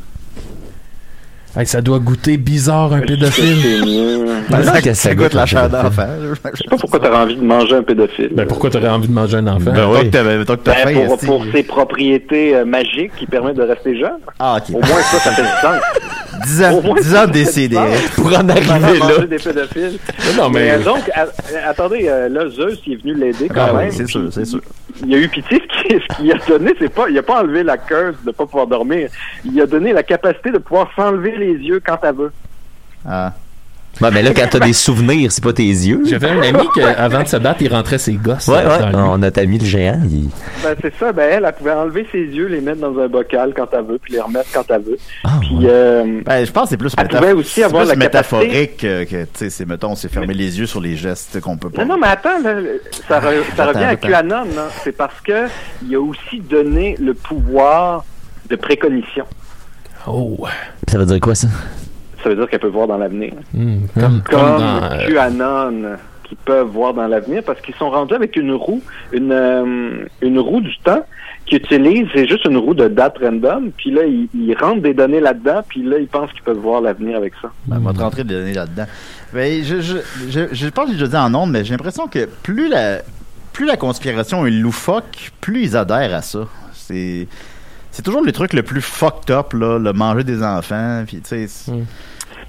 S3: Hey, ça doit goûter bizarre un pédophile.
S6: C'est mieux.
S4: Ben,
S2: ça,
S4: non, que ça
S2: goûte la chair
S4: pédophile.
S2: d'enfant.
S6: Je sais pas pourquoi t'aurais envie de manger un pédophile.
S3: ben pourquoi t'aurais envie de manger un enfant?
S4: Ben oui.
S2: Mettons que t'as
S6: Ben,
S2: faim,
S6: pour,
S2: esti.
S6: pour ses propriétés euh, magiques qui permettent de rester jeune.
S2: Ah,
S6: Au
S2: ok.
S6: moins, ça, ça fait du sens.
S2: 10 ans,
S6: au moins,
S2: 10 ans hein, de
S6: ça fait du
S2: décédé.
S6: sens.
S4: Pour en
S6: Manger
S4: arriver là.
S6: des pédophiles.
S3: non, mais-
S6: euh, donc, à- euh, attendez, euh, là, Zeus, il est venu l'aider quand
S2: Ah,
S6: même.
S2: oui, c'est sûr, c'est sûr.
S6: Il a eu pitié. Ce qu'il ce qu'il a donné, c'est pas, il a pas enlevé la curse de pas pouvoir dormir. Il a donné la capacité de pouvoir s'enlever les yeux quand elle veut.
S2: Ah.
S4: Ouais, mais là, quand t'as des souvenirs, c'est pas tes yeux.
S3: J'avais un ami qui, avant de se battre, il rentrait ses gosses
S4: Ouais,
S3: euh,
S4: ouais.
S3: dans lui.
S4: On a ami le géant. il-
S6: Ben, c'est ça. Ben, elle, elle pouvait enlever ses yeux, les mettre dans un bocal quand elle veut, puis les remettre quand elle veut.
S4: Ah,
S6: Puis,
S4: ouais.
S6: euh,
S2: Ben, je pense que c'est plus,
S6: Elle
S2: méta-
S6: pouvait aussi
S2: c'est
S6: avoir
S2: plus
S6: la capacité-
S2: métaphorique que, que, tu sais, c'est, mettons, on s'est fermé les yeux sur les gestes qu'on peut pas.
S6: non, non, mais attends, là, ça,
S4: Ah,
S6: re- ça
S2: Attends,
S6: revient à
S2: attends.
S6: QAnon. hein. C'est parce que il a aussi donné le pouvoir de préconition.
S3: Oh.
S4: Ça veut dire quoi, ça?
S6: Ça veut dire qu'elle peut voir dans l'avenir.
S3: Hmm, Comme,
S6: comme
S3: comme dans, euh,
S6: QAnon qui peuvent voir dans l'avenir parce qu'ils sont rendus avec une roue, une, euh, une roue du temps qui utilise, c'est juste une roue de date random, puis là, ils, ils rentrent des données là-dedans, puis là, ils pensent qu'ils peuvent voir l'avenir avec ça.
S2: Ben, on va
S4: Hmm.
S2: te rentrer des données là-dedans. Ben, je, je, je, je pense que j'ai déjà dit en ondes, mais j'ai l'impression que plus la, plus la conspiration est loufoque, plus ils adhèrent à ça. C'est, c'est toujours le truc le plus fucked up, là, le manger des enfants, puis tu sais. c'est-
S4: Hmm.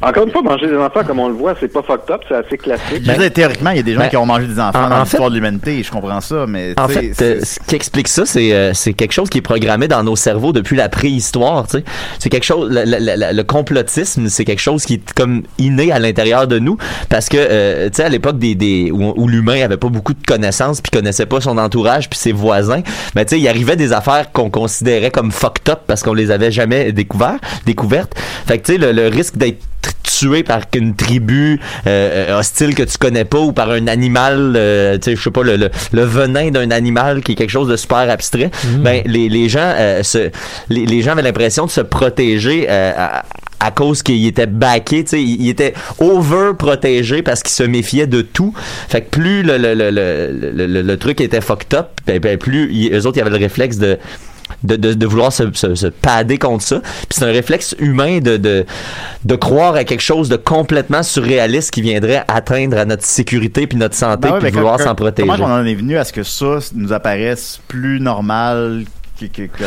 S6: Encore une fois, manger des enfants, comme on le voit, c'est pas fucked up, c'est assez classique.
S2: Je veux dire, théoriquement, il y a des gens
S4: ben,
S2: qui ont mangé des enfants
S4: en- en
S2: dans
S4: fait-
S2: l'histoire de l'humanité, je comprends ça, mais
S4: En
S2: tu sais,
S4: fait,
S2: c'est-
S4: euh, ce qui explique ça, c'est euh, c'est quelque chose qui est programmé dans nos cerveaux depuis la préhistoire. tu sais. C'est quelque chose, la- la- la- la- le complotisme, c'est quelque chose qui est comme inné à l'intérieur de nous, parce que euh, tu sais à l'époque des, des où, où l'humain avait pas beaucoup de connaissances, puis connaissait pas son entourage, puis ses voisins, mais tu sais il arrivait des affaires qu'on considérait comme fucked up parce qu'on les avait jamais découvert, découvertes. Fait que tu sais le, le risque d'être tué par une tribu euh, euh, hostile que tu connais pas ou par un animal euh, tu sais je sais pas le, le, le venin d'un animal qui est quelque chose de super abstrait ben les, les gens euh, se les, les gens avaient l'impression de se protéger euh, à, à cause qu'ils étaient baqués, tu sais, ils ils étaient over protégés parce qu'ils se méfiaient de tout. Fait que plus le, le, le, le, le- le- le truc était fucked up, ben, ben, plus les eux autres, ils avaient le réflexe de, de, de, de vouloir se, se, se padder contre ça. Puis c'est un réflexe humain de, de, de croire à quelque chose de complètement surréaliste qui viendrait atteindre à notre sécurité puis notre santé
S2: Ben ouais,
S4: puis
S2: mais
S4: vouloir
S2: quand-
S4: s'en
S2: quand-
S4: protéger.
S2: Comment on en est venu à ce que ça nous apparaisse plus normal que, que, que-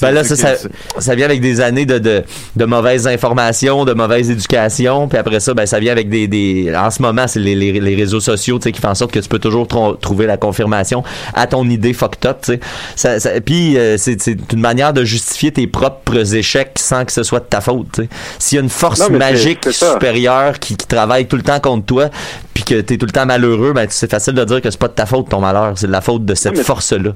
S4: Ben là,
S2: que-
S4: ça, ça,
S2: que-
S4: ça vient avec des années de, de, de mauvaises informations, de mauvaise éducation, puis après ça, ben, ça vient avec des... des en ce moment, c'est les, les, les réseaux sociaux tu sais, qui font en sorte que tu peux toujours tron- trouver la confirmation à ton idée fucked up. tu sais. Ça, ça, puis euh, c'est c'est une manière de justifier tes propres échecs sans que ce soit de ta faute. tu sais. S'il y a une force
S6: Non, mais c'est-
S4: magique
S6: c'est ça.
S4: supérieure qui, qui travaille tout le temps contre toi, puis que t'es tout le temps malheureux, ben, c'est facile de dire que c'est pas de ta faute ton malheur, c'est de la faute de cette
S6: mais-
S4: force-là.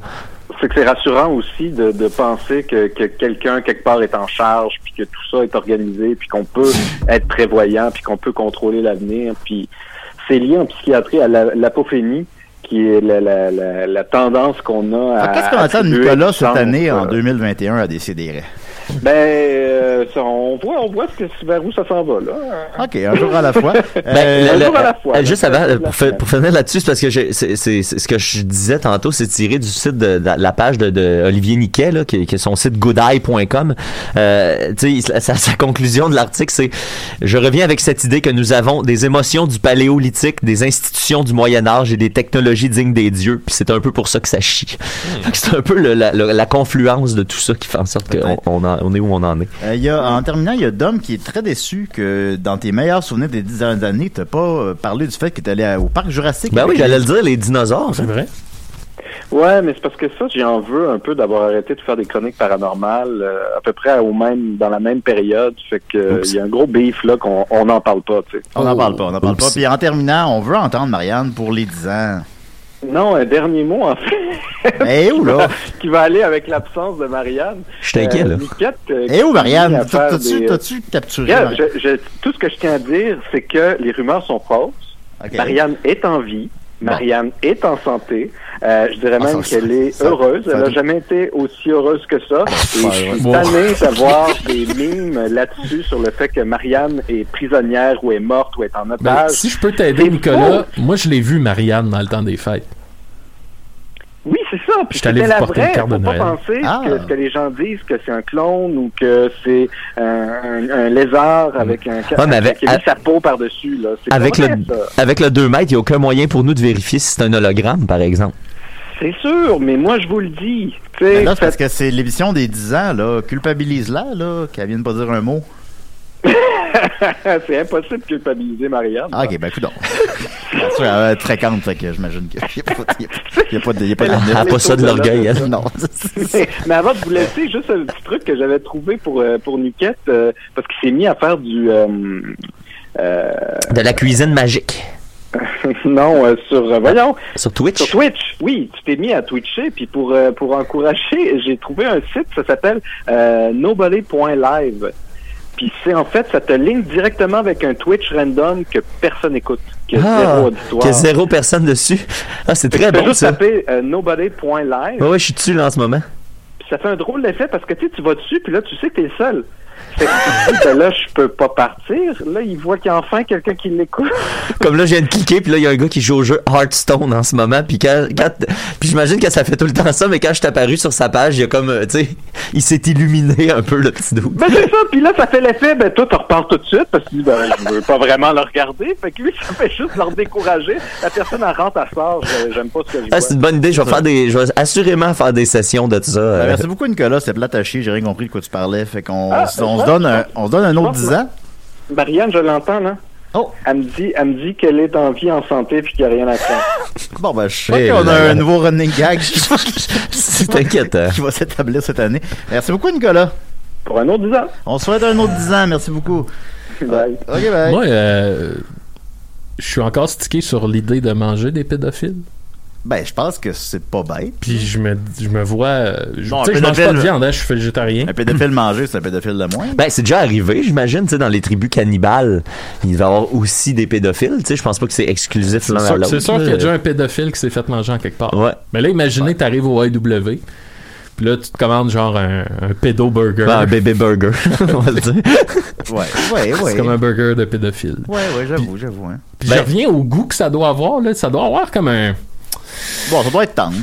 S6: C'est que c'est rassurant aussi de, de penser que, que quelqu'un, quelque part, est en charge, puis que tout ça est organisé, puis qu'on peut être prévoyant, puis qu'on peut contrôler l'avenir. Puis c'est lié en psychiatrie à la- l'apophénie, qui est la, la, la, la tendance qu'on a à...
S4: Euh,
S2: Alors, Ah, Qu'est-ce qu'on attend de
S6: attribuer
S2: Nicolas cette
S6: sens,
S2: année en
S6: euh,
S2: 2021 à décider?
S6: Ben, euh, ça, on voit, on voit ce que, vers où ça s'en va, là.
S2: OK, un jour à la fois.
S4: Ben,
S2: Euh,
S4: le-
S6: jour
S4: le-
S6: à la fois,
S4: euh,
S6: là,
S4: juste
S6: un
S4: avant,
S6: jour à
S4: euh,
S6: la
S4: pour,
S6: fois.
S4: fa- pour finir là-dessus, c'est parce que j'ai- c'est c'est- c'est- ce que je disais tantôt, c'est tiré du site de, de la page de, de Olivier Niquet, là, qui, qui est son site goodeye.com. Euh, tu sais, sa, sa conclusion de l'article, c'est Je reviens avec cette idée que nous avons des émotions du paléolithique, des institutions du Moyen-Âge et des technologies dignes des dieux. Puis c'est un peu pour ça que ça chie.
S6: Hmm.
S4: Fait que C'est un peu le- la, la- la confluence de tout ça qui fait en sorte qu'on
S2: Peut-être.
S4: on en- on est où on en est.
S2: Euh, il y a, en terminant, il y a Dom qui est très déçu que dans tes meilleurs souvenirs des dix dernières années, t'as pas euh, parlé du fait que t'es allé à- au parc Jurassique.
S4: Ben oui,
S2: Avec-
S4: j'allais le dire, les dinosaures.
S3: C'est vrai.
S6: Ouais, mais c'est parce que ça, j'y en veux un peu d'avoir arrêté de faire des chroniques paranormales euh, à peu près au même, dans la même période. Fait que euh,
S4: Oups.
S6: il y a un gros beef là qu'on on n'en parle pas. tu sais.
S2: On n'en parle pas, on n'en parle
S4: Oups.
S2: pas. Puis en terminant, on veut entendre Marianne pour les 10 ans.
S6: Non, un dernier mot en fait
S2: Eh où là?
S6: qui va aller avec l'absence de Marianne.
S4: Je t'inquiète,
S6: Euh,
S4: là.
S6: Niquette, euh,
S2: Eh où
S6: qui a
S2: Marianne?
S6: fait
S2: T'as-
S6: des,
S2: T'as-tu
S6: euh,
S2: t'as-tu capturé?
S6: Regarde,
S2: Marianne?
S6: je- je- tout ce que je tiens à dire, c'est que les rumeurs sont fausses.
S2: Ok.
S6: Marianne est en vie. Marianne est en santé. Euh, je dirais
S2: Ah,
S6: même
S2: ça, ça,
S6: qu'elle est
S2: ça,
S6: heureuse.
S2: ça, Ah,
S6: Elle n'a
S2: ça-
S6: jamais été aussi heureuse que ça. Et je suis tanné d'avoir des mimes là-dessus sur le fait que Marianne est prisonnière ou est morte ou est en
S3: Ben,
S6: otage.
S3: si je peux t'aider,
S6: c'est
S3: Nicolas,
S6: faux.
S3: moi je l'ai vu Marianne dans le temps des fêtes.
S6: Oui, c'est ça. Puis
S3: Je suis allé
S6: c'était
S3: vous
S6: la
S3: porter
S6: vraie.
S3: une carte de
S6: Faut pas
S3: Noël.
S6: penser
S2: Ah.
S6: que ce que les gens disent que c'est un clone ou que c'est un, un- un lézard avec un
S4: Ouais, mais avec-
S6: qui a mis sa peau par-dessus. Là. C'est
S4: Avec
S6: pas
S4: le,
S6: vrai, ça.
S4: avec le 2 mètres, il n'y a aucun moyen pour nous de vérifier si c'est un hologramme, par exemple.
S6: C'est sûr, mais moi je vous le dis. Tu
S2: Mais
S6: sais,
S2: là, Ben c'est
S6: faites-
S2: parce que c'est l'émission des 10 ans, là. Culpabilise-la, là, qu'elle vienne pas dire un mot.
S6: c'est impossible de culpabiliser Marianne.
S2: Ah, ok, ben, coudonc. Bien sûr, elle va être fréquente, fait que j'imagine qu'il n'y a pas de. Il y a pas de. il y a pas de-
S4: Elle n'a pas ça de l'orgueil, elle.
S2: Non.
S6: Mais, mais avant de vous laisser, juste un petit truc que j'avais trouvé pour, euh, pour Niquette, euh, parce qu'il s'est mis à faire du... euh, euh,
S4: De la cuisine magique.
S6: non, euh, sur... euh, voyons,
S4: Sur Twitch.
S6: sur Twitch. Oui, tu t'es mis à Twitcher, puis pour, euh, pour encourager, j'ai trouvé un site, ça s'appelle euh, nobody.live. Puis c'est en fait, ça te ligne directement avec un Twitch random que personne écoute, que
S4: Ah,
S6: zéro auditoire.
S4: Qu'il y a zéro personne dessus. Ah, c'est très
S6: Tu peux
S4: bon,
S6: juste
S4: ça.
S6: taper euh, nobody.live.
S4: Ouais, ouais, je suis dessus, là, en ce moment.
S6: Puis ça fait un drôle d'effet parce que tu sais, tu vas dessus, puis là, tu sais que t'es le seul. Fait que tu te dis, ben là, je peux pas partir. Là, il voit qu'il y a enfin quelqu'un qui l'écoute.
S4: Comme là, je viens de cliquer, puis là, il y a un gars qui joue au jeu Hearthstone en ce moment, puis quand, quand- puis j'imagine que ça fait tout le temps ça, mais quand je suis apparu sur sa page, il y a comme, euh, tu sais, il s'est illuminé un peu, le petit doux.
S6: Ben, c'est ça. Puis là, ça fait l'effet, ben, toi, tu repars tout de suite parce que tu dis, ben, je veux pas vraiment le regarder. Fait que lui, ça fait juste leur décourager. La personne, elle rentre, elle sort. Je- J'aime pas ce que je vois.
S4: Ah, c'est une bonne idée, je vais faire des, je vais assurément faire des sessions de tout ça.
S2: Ben,
S4: euh,
S2: Merci beaucoup, Nicolas. C'était plate à chier. J'ai rien compris de quoi tu parlais. Fait qu'on
S6: Ah,
S2: s- on
S6: je
S2: se
S6: pense-
S2: donne un, on se donne un autre
S6: pense-
S2: 10 ans.
S6: Marianne, je l'entends, là.
S2: Oh.
S6: Elle me dit, elle me dit qu'elle est en vie, en santé, puis qu'il y a rien à faire.
S2: Bon, ben, je
S4: Eh
S2: sais qu'on
S4: là
S2: a
S4: là.
S2: un nouveau running gag qui
S4: c'est inquiétant.
S2: qui va s'établir cette année. Merci beaucoup, Nicolas.
S6: Pour un autre 10 ans.
S1: Ah,
S2: On souhaite un autre 10 ans. Merci beaucoup.
S6: Bye.
S2: OK, bye.
S3: Moi, euh, je suis encore stické sur l'idée de manger des pédophiles.
S2: Ben, je pense que c'est pas bête.
S3: Puis je me, je me vois. euh, Je,
S2: Non,
S3: tu sais,
S2: un
S3: je mange pas de
S2: pédophile.
S3: viande, hein, je suis végétarien.
S2: Un pédophile mangé, c'est un pédophile de moins.
S4: Ben, c'est déjà arrivé, j'imagine, tu sais, dans les tribus cannibales, il va y avoir aussi des pédophiles, tu sais, je pense pas que c'est exclusif l'un
S3: C'est
S4: à
S3: sûr-
S4: l'autre.
S3: C'est sûr
S4: là.
S3: qu'il y a déjà un pédophile qui s'est fait manger en quelque part.
S4: Ouais.
S3: Mais là, imaginez, t'arrives au AEW, puis là, tu te commandes genre un, un pédo-burger.
S4: Ben, un bébé burger, on va le dire.
S2: Ouais, ouais,
S3: c'est
S2: ouais.
S3: comme un burger de pédophile.
S2: Ouais, ouais, j'avoue, j'avoue. hein.
S3: Puis
S4: Ben-
S3: je reviens au goût que ça doit avoir, là. Ça doit avoir comme un.
S2: Bon, ça doit être tendre.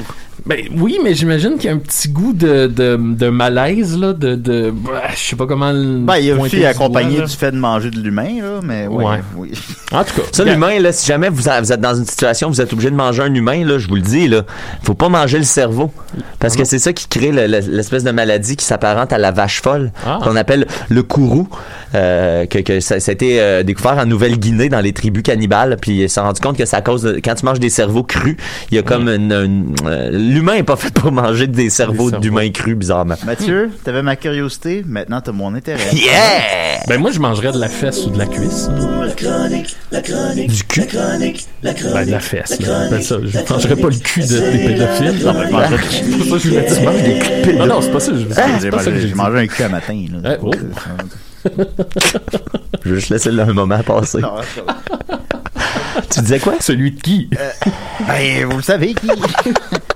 S3: Ben oui, mais j'imagine qu'il y a un petit goût de, de, de malaise, là, de, de... bah, Je sais pas comment le.
S2: Ben, il y a
S3: pointer
S2: aussi
S3: du
S2: accompagné
S3: doigt, là.
S2: du fait de manger de l'humain, là, mais ouais,
S3: Ouais.
S2: oui.
S3: En tout cas.
S4: Ça, l'humain, là, si jamais vous, a- vous êtes dans une situation, où vous êtes obligé de manger un humain, là, je vous le dis, là, faut pas manger le cerveau. Parce que c'est ça qui crée le- le- l'espèce de maladie qui s'apparente à la vache folle,
S3: Ah.
S4: qu'on appelle le kourou, euh, que, que ça, ça a été euh, découvert en Nouvelle-Guinée dans les tribus cannibales, puis ils se sont rendus compte que c'est à cause de, quand tu manges des cerveaux crus, il y a comme une, une- euh, l'humain est pas fait pour manger des cerveaux
S3: cerveaux.
S4: d'humains crus, bizarrement.
S2: Mathieu, t'avais ma curiosité, maintenant t'as mon intérêt.
S4: Yeah!
S3: Ben moi, je mangerais de la fesse ou de la cuisse.
S4: Du cul.
S3: Ben, de la fesse, là. Ben, ça, je mangerais pas le cul de, des pédophiles. Non, ben,
S2: Manger-
S3: tu manges des culs de pédophiles. Non, non, c'est pas ça. que je-
S2: J'ai
S3: Ah, C'est pas ça que
S2: mangé,
S3: j'ai
S2: j'ai
S3: dit.
S2: mangé un cul à matin, là. euh,
S3: Eh, oh.
S4: Je vais juste laisser le moment passer.
S2: Non, c'est pas vrai.
S4: Tu disais quoi?
S3: Celui de qui?
S2: ben, vous le savez qui?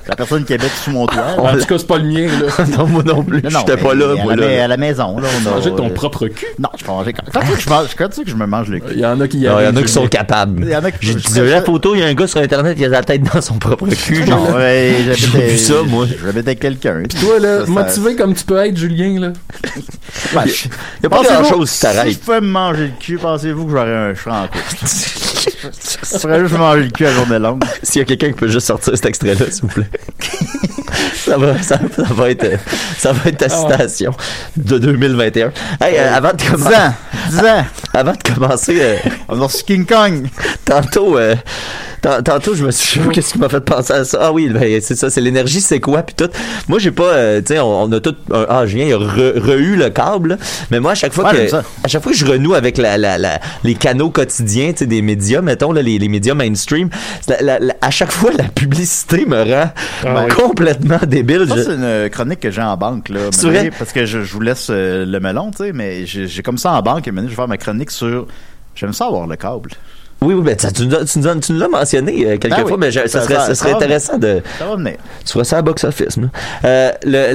S2: la personne qui habite sous mon toit. là.
S3: En tout cas, c'est pas le mien, là.
S4: non, moi non plus.
S2: Non, non,
S4: J'étais
S2: mais
S4: pas là,
S2: à
S4: moi,
S2: la,
S4: là.
S2: à la maison, là. On a,
S3: Manger ton
S2: euh,
S3: propre cul.
S2: Non, je peux manger quand quand tu veux que je mange- quand tu veux que je me mange le cul.
S3: Il y en a qui y
S4: Non, Il y en a
S3: arrivent,
S4: qui sont
S3: mais-
S4: capables.
S2: Il y en a qui-
S4: J'ai dit, la photo, il y a un gars sur Internet qui a la tête dans son propre cul.
S2: Non, ouais, j'habite
S4: J'ai vu ça, moi.
S2: J'habite avec quelqu'un.
S3: Toi, là,
S2: Ça, ça-
S3: motivé comme tu peux être, Julien, là.
S2: Ouais, je-
S4: Il y a pas
S2: Pensez-vous,
S4: grand-chose qui
S2: Si je
S4: t'arrête.
S2: pouvais me manger le cul, pensez-vous que j'aurais un champ en couple? Je ferais juste me manger le cul à journée longue.
S4: S'il y a quelqu'un qui peut juste sortir cet extrait-là, s'il vous plaît. ça, va, ça, ça va être, euh, ça va être ta citation de 2021. Ah. Hey, euh, avant, de
S2: 10
S4: commen-
S2: ans! 10 ans!
S4: avant de commencer, euh,
S2: On a reçu Ah, King Kong!
S4: tantôt, euh, tan- tantôt, je me suis dit, qu'est-ce qui m'a fait penser à ça? Ah oui, ben, c'est ça, c'est l'énergie, c'est quoi? Puis tout. Moi, j'ai pas, euh, tu sais, on, on a tout. un- ah, Julien, il a re- re-eu le câble. là. Mais moi, à chaque fois
S2: Ouais, j'aime
S4: que.
S2: ça.
S4: À chaque fois que je renoue avec la, la, la- les canaux quotidiens, tu sais, des médias, mettons, là, les, les médias mainstream, la- la- la- à chaque fois, la publicité me rend complètement débile.
S2: Ah Ça,
S4: Je-
S2: c'est une euh, chronique que j'ai en banque, là.
S4: C'est
S2: maintenant,
S4: vrai?
S2: Parce que je, je vous laisse euh, le melon, tu sais, mais j'ai j'ai comme ça en banque et maintenant, je vais faire ma chronique sur. J'aime ça avoir le câble.
S4: Oui, oui, ben, ça, tu, nous as- tu nous as- tu nous l'as mentionné euh, quelques
S2: Ah oui.
S4: fois, mais je- ça
S2: Ça-
S4: serait,
S2: ça-
S4: ça serait
S2: ça va,
S4: intéressant de.
S2: Ça va venir.
S4: Tu vois ça à box-office, là. Euh, le,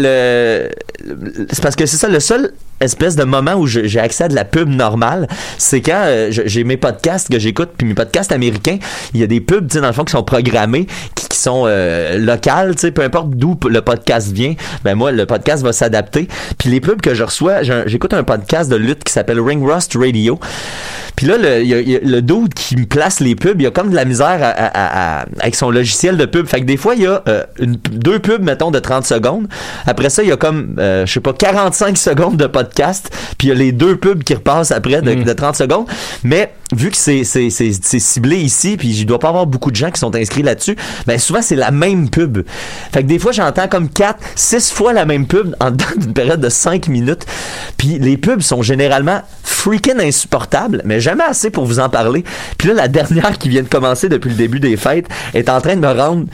S4: le, le- c'est parce que c'est ça, le seul espèce de moment où je- j'ai accès à de la pub normale, c'est quand euh, je- j'ai mes podcasts que j'écoute, puis mes podcasts américains, il y a des pubs, tu sais, dans le fond, qui sont programmées, qui, qui sont euh, locales, tu sais, peu importe d'où p- le podcast vient, ben moi, le podcast va s'adapter. Puis les pubs que je reçois, j'ai un- j'écoute un podcast de lutte qui s'appelle Ring Rust Radio, puis là, le, il y a- il y a le dude qui me place les pubs, il y a comme de la misère à- à- à- avec son logiciel de pub. Fait que des fois, il y a euh, une- deux pubs, mettons, de 30 secondes. Après ça, il y a comme, euh, je sais pas, 45 secondes de podcast. Puis il y a les deux pubs qui repassent après de, de 30 secondes. Mais vu que c'est c'est- c'est- c'est ciblé ici, puis je dois pas avoir beaucoup de gens qui sont inscrits là-dessus, ben souvent, c'est la même pub. Fait que des fois, j'entends comme 4, 6 fois la même pub en dedans d'une période de 5 minutes. Puis les pubs sont généralement freaking insupportables, mais jamais assez pour vous en parler. Puis là, la dernière qui vient de commencer depuis le début des fêtes est en train de me rendre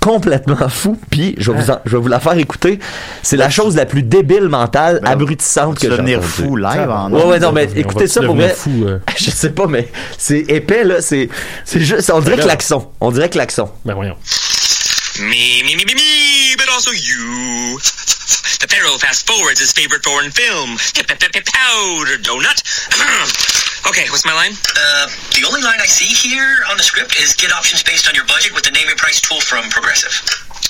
S4: complètement fou. Puis je vais vous, en- je vais vous la faire écouter. C'est la chose la plus débile mentale,
S2: Ben,
S4: abrutissante
S2: Tu
S4: que
S2: vas
S4: j'ai
S2: devenir
S4: entendue.
S2: fou live en
S4: Ouais,
S2: ondes.
S4: ouais, non, mais
S3: On
S4: écoutez
S3: va-tu
S4: ça pour
S3: devenir
S4: vrai.
S3: fou, euh?
S4: Je sais pas, mais c'est épais, là. C'est c'est juste. On dirait
S3: là.
S4: klaxon. On dirait klaxon.
S3: Ben voyons.
S8: Me, me, me, me, me, but also you. The Pharaoh fast forwards his favorite foreign film, Powder Donut. okay, what's my line? Uh, the only line I see here on the script is get options based on your budget with the name and price tool from Progressive.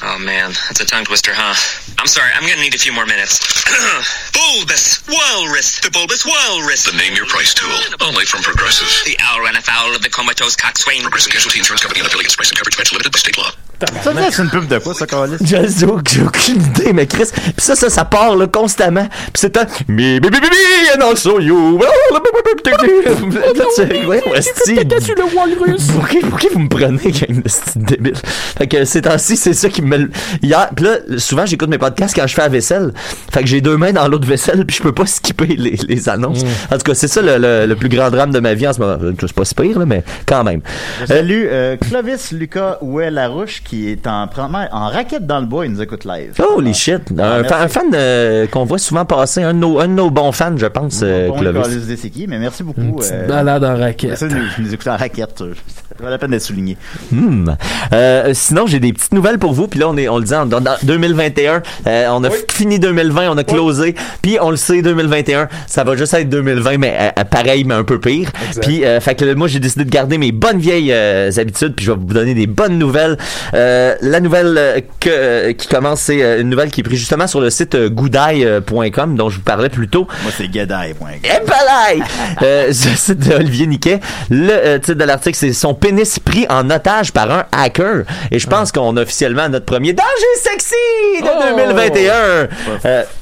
S8: Oh man, that's a tongue twister, huh? I'm sorry, I'm gonna need a few more minutes. bulbous Walrus, the Bulbous Walrus. The name your price tool, only from Progressive. The owl ran afoul of the comatose coxswain. Progressive Casualty Insurance Company and affiliates, price and coverage match limited by state law.
S2: Ça, ça, c'est une pub de quoi, ça, Carlis?
S4: Just joke, j'ai aucune idée, mais Chris. Puis ça, ça, ça part là, constamment. Puis c'est un. Me, me, me, me, me, and also you. Là, tu- ouais, ouais, si. Pourquoi, pourquoi vous me prenez, gang de style débile? Fait que ces temps-ci, c'est ça qui me. le- Hier, pis là, souvent, j'écoute mes podcasts quand je fais la vaisselle. Fait que j'ai deux mains dans l'autre vaisselle, puis je peux pas skipper les, les annonces. En tout cas, c'est ça le, le- le plus grand drame de ma vie en ce moment. C'est pas si pire, là, mais quand même. Euh,
S2: Salut, euh, Clovis Lucas Ouel Larouche qui est en, en, en raquette dans le bois, il nous écoute live. Ah.
S4: Holy shit! Un,
S2: merci.
S4: fa- un fan euh, qu'on voit souvent passer, un de nos, un de nos bons fans, je pense, euh,
S2: bon,
S4: Clovis.
S2: Carlis Desséqui, mais merci beaucoup.
S3: Une petite
S2: euh,
S3: balade en
S2: Ça,
S3: raquette.
S2: nous, nous écoutons en raquette. euh, Ça vaut la peine d'être souligné.
S4: Hmm. Euh, sinon, j'ai des petites nouvelles pour vous. Puis là, on est, on le dit en, en 2021, euh, on a fini 2020, on a closé. Puis on le sait, 2021, ça va juste être 2020, mais euh, euh, pareil, mais un peu pire. Puis, euh, fait que là, moi, j'ai décidé de garder mes bonnes vieilles euh, habitudes. Puis je vais vous donner des bonnes nouvelles. Euh, la nouvelle euh, que, euh, qui commence, c'est euh, une nouvelle qui est prise justement sur le site euh, goudaille.com, dont je vous parlais plus tôt.
S2: Moi, c'est Gadaï.com.
S4: Eh palais! euh, ce site de Olivier Niquet. Le euh, titre de l'article, c'est Son pénis pris en otage par un hacker. Et je pense qu'on a officiellement notre premier danger sexy de
S3: Oh!
S4: 2021. Euh,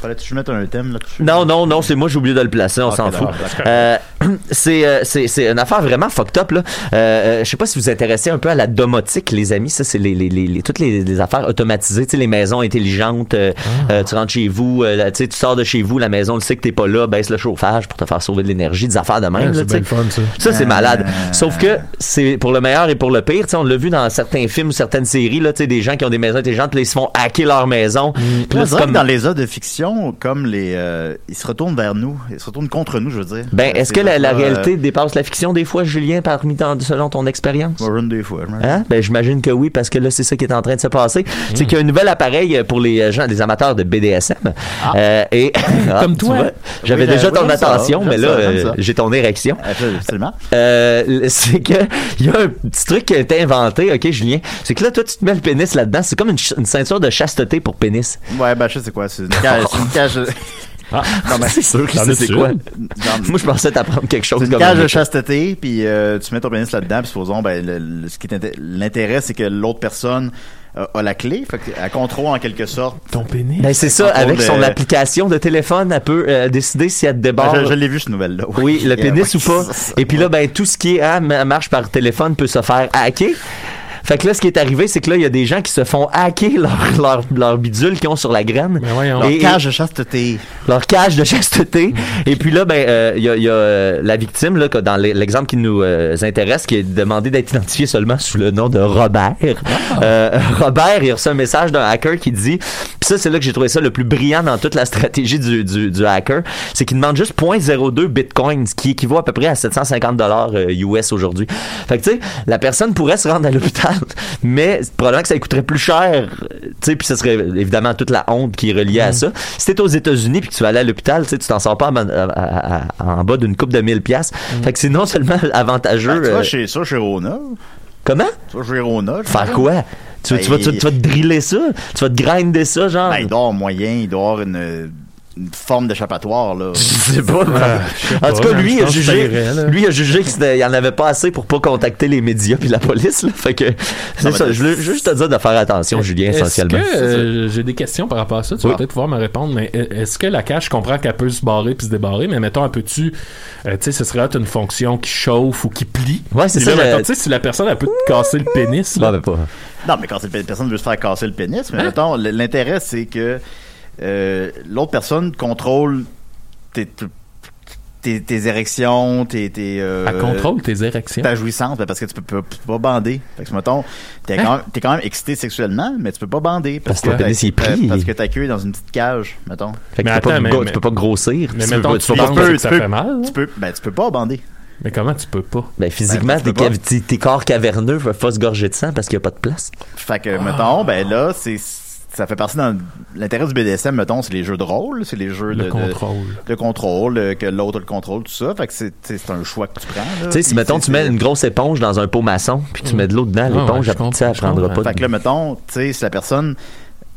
S2: Fallait-tu que je mette un thème là-dessus?
S4: non, non, non, c'est moi, j'ai oublié de le placer, on
S2: Ok,
S4: s'en fout.
S2: d'accord, d'accord.
S4: Euh, c'est, euh, c'est, c'est une affaire vraiment fucked up, là. Euh, euh, je sais pas si vous vous intéressez un peu à la domotique, les amis. Ça, c'est les, les, les, les- toutes les, les affaires automatisées, tu sais, les maisons intelligentes. euh, euh, tu rentres chez vous, euh, là, tu sais, tu sors de chez vous, la maison, elle sait que t'es pas là, baisse le chauffage pour te faire sauver de l'énergie, des affaires de même,
S3: Ouais,
S4: là,
S3: c'est
S4: tu
S3: bien
S4: sais.
S3: le fun, ça.
S4: Ça, c'est
S2: Euh,
S4: malade. Sauf que c'est pour le meilleur et pour le pire. Tu sais, on l'a vu dans certains films, certaines séries, là, tu sais, des gens qui ont des maisons intelligentes, puis là, ils se font hacker leur maison. Puis là,
S2: Moi,
S4: c'est
S2: c'est vrai
S4: comme-
S2: que dans les œuvres de fiction, comme les, euh, ils se retournent vers nous, ils se retournent contre nous, je veux dire.
S4: Ben,
S2: Euh,
S4: est-ce
S2: ces
S4: que la- la, la
S2: Ouais.
S4: réalité dépasse la fiction des fois, Julien, parmi tant- selon ton expérience?
S2: Moi, run des fois. je me-
S4: Hein? Ben, j'imagine que oui, parce que là, c'est ça qui est en train de se passer.
S2: Hmm.
S4: C'est qu'il y a un nouvel appareil pour les euh, gens, les amateurs de BDSM. Euh, et, Ah,
S3: Comme
S4: tu
S3: toi.
S4: vois, J'avais
S2: Oui,
S4: déjà
S2: j'aime-
S4: ton
S2: j'aime ça,
S4: attention,
S2: j'aime
S4: mais là,
S2: ça, j'aime
S4: euh,
S2: ça.
S4: j'ai ton érection.
S2: Absolument.
S4: Euh, c'est que il y a un petit truc qui a été inventé, ok Julien, c'est que là toi tu te mets le pénis là-dedans, c'est comme une, ch- une ceinture de chasteté pour pénis.
S2: Ouais, ben, je sais c'est quoi. C'est une cage. c'est une cage. Non, mais-
S4: c'est sûr que
S3: T'en
S4: c'est
S3: as-tu
S4: c'est quoi.
S3: une?
S2: Non,
S4: Moi je pensais t'apprendre quelque chose
S2: C'est une
S4: comme
S2: cage de
S4: ça.
S2: chasteté, puis euh, tu mets ton pénis là-dedans, puis supposons, ben, le- le- ce qui t'inté- l'intérêt, c'est que l'autre personne euh, a la clé, fait qu'elle contrôle en quelque sorte.
S3: Ton pénis.
S4: Ben c'est ça,
S2: Contrôle
S4: avec son
S2: de-
S4: application de téléphone, elle peut euh, décider si elle te
S2: Ben,
S4: débarre.
S2: je je l'ai vu, cette nouvelle-là.
S4: Oui, le
S2: Et,
S4: pénis
S2: euh,
S4: ou pas. Et puis là, ben, tout ce qui est ah, ma- marche par téléphone peut se faire hacker. Fait que là, ce qui est arrivé, c'est que là, il y a des gens qui se font hacker leur, leur, leur bidule qu'ils ont sur la graine.
S3: Mais Ben, voyons.
S4: Et-
S2: Leur
S4: et-
S2: cage de chasteté.
S4: leur cage de chasteté. Et puis là, ben, euh, il y a, il y a, euh, la victime, là, que dans l'e- l'exemple qui nous euh, intéresse, qui est demandé d'être identifié seulement sous le nom de Robert. Euh, Robert, il a reçu un message d'un hacker qui dit, puis ça, c'est là que j'ai trouvé ça le plus brillant dans toute la stratégie du, du, du hacker, c'est qu'il demande juste 0.02 bitcoin, ce qui équivaut à peu près à 750 dollars US aujourd'hui. Fait que, tu sais, la personne pourrait se rendre à l'hôpital, mais probablement que ça lui coûterait plus cher, euh, tu sais, puis ce serait évidemment toute la honte qui est reliée
S2: Mm.
S4: à ça. Si t'es aux États-Unis puis que tu vas aller à l'hôpital, tu sais, tu t'en sors pas en, à- à- en bas d'une coupe de 1000 pièces. Fait que c'est non seulement avantageux.
S2: Mm. Ben, tu vois,
S4: euh,
S2: chez Ben, ça, chez Rona.
S4: comment?
S2: Tu vois, chez Rona. je-
S4: Faire quoi? Tu, vas- tu vas, tu, vas- tu vas te driller ça? Tu vas te grinder ça, genre?
S2: Ben, il doit avoir moyen, il doit avoir une, une forme d'échappatoire, là.
S4: Je sais pas. en tout
S3: pas, hein.
S4: cas,
S3: man,
S4: lui
S3: je
S4: a
S3: pense que
S4: jugé,
S3: ça irait, là.
S4: lui a jugé qu'il y en avait pas assez pour pas contacter les médias puis la police. Là. Fait que c'est
S2: mais
S4: ça.
S2: t'as-
S4: Je voulais juste te dire de faire attention, Julien, essentiellement.
S3: Est-ce que euh, j'ai des questions par rapport à ça Tu vas
S4: Oui.
S3: peut-être pouvoir me répondre. Mais euh, est-ce que la cage, je comprends qu'elle peut se barrer puis se débarrer, mais mettons, un peux-tu, euh, tu sais, ce serait une fonction qui chauffe ou qui plie
S4: Ouais, c'est
S3: Puis
S4: ça,
S3: là,
S4: le-
S3: mettons, tu sais, si la personne elle peut te casser le pénis,
S4: Ouais,
S3: là.
S4: ben, pas.
S2: Non, mais quand c'est- personne veut se faire casser le pénis,
S3: Hein?
S2: mais mettons, l- l'intérêt, c'est que euh, l'autre personne contrôle tes, tes, tes érections, tes. tes euh,
S4: bah,
S3: elle contrôle tes érections.
S2: ta jouissance ben, parce que tu peux, peux- peux pas bander. Fait que, mettons, t'es
S3: Hein?
S2: quand, même- t'es quand même excité sexuellement, mais tu peux pas bander. Parce,
S4: Parce que ton
S2: que t'as-
S4: pénis est
S2: t'as-
S4: pris.
S2: Parce que ta queue est dans une petite cage, mettons.
S4: Fait que
S3: Mais
S4: tu, peux pas,
S3: attends, mais-
S4: gro- tu
S3: mais-
S4: peux pas grossir.
S3: Mais
S4: tu peux
S3: mettons,
S4: pas-
S3: tu
S4: tu peux
S3: penses
S4: pas-
S2: peux-
S3: que ça
S2: tu peux-
S3: fait mal. là?
S2: Tu peux, ben, tu peux pas bander.
S3: Mais comment tu peux pas
S4: ben, physiquement,
S2: Ben, tu peux
S4: tes,
S2: pas.
S4: cavités- tes corps caverneux peuvent pas se gorger de sang parce qu'il n'y a pas de place.
S2: Fait que, mettons, ben là, c'est, ça fait partie dans l'intérêt du BDSM, mettons, c'est les jeux de rôle, c'est les jeux
S3: le
S2: de, de,
S3: contrôle
S2: le contrôle, euh, que l'autre le contrôle, tout ça. Fait que c'est, c'est c'est un choix que tu prends. là.
S4: Tu sais,
S3: Ah,
S4: si
S2: Puis
S4: mettons,
S2: c'est-
S4: tu mets une grosse éponge dans un pot maçon puis tu mets de l'eau dedans,
S3: Ouais, ouais,
S4: l'éponge,
S3: je
S4: elle- tu sais,
S3: comprends,
S4: elle
S3: je
S4: prendra
S3: comprends.
S4: pas.
S2: Fait
S4: de-
S2: que là, mettons, tu sais, si la personne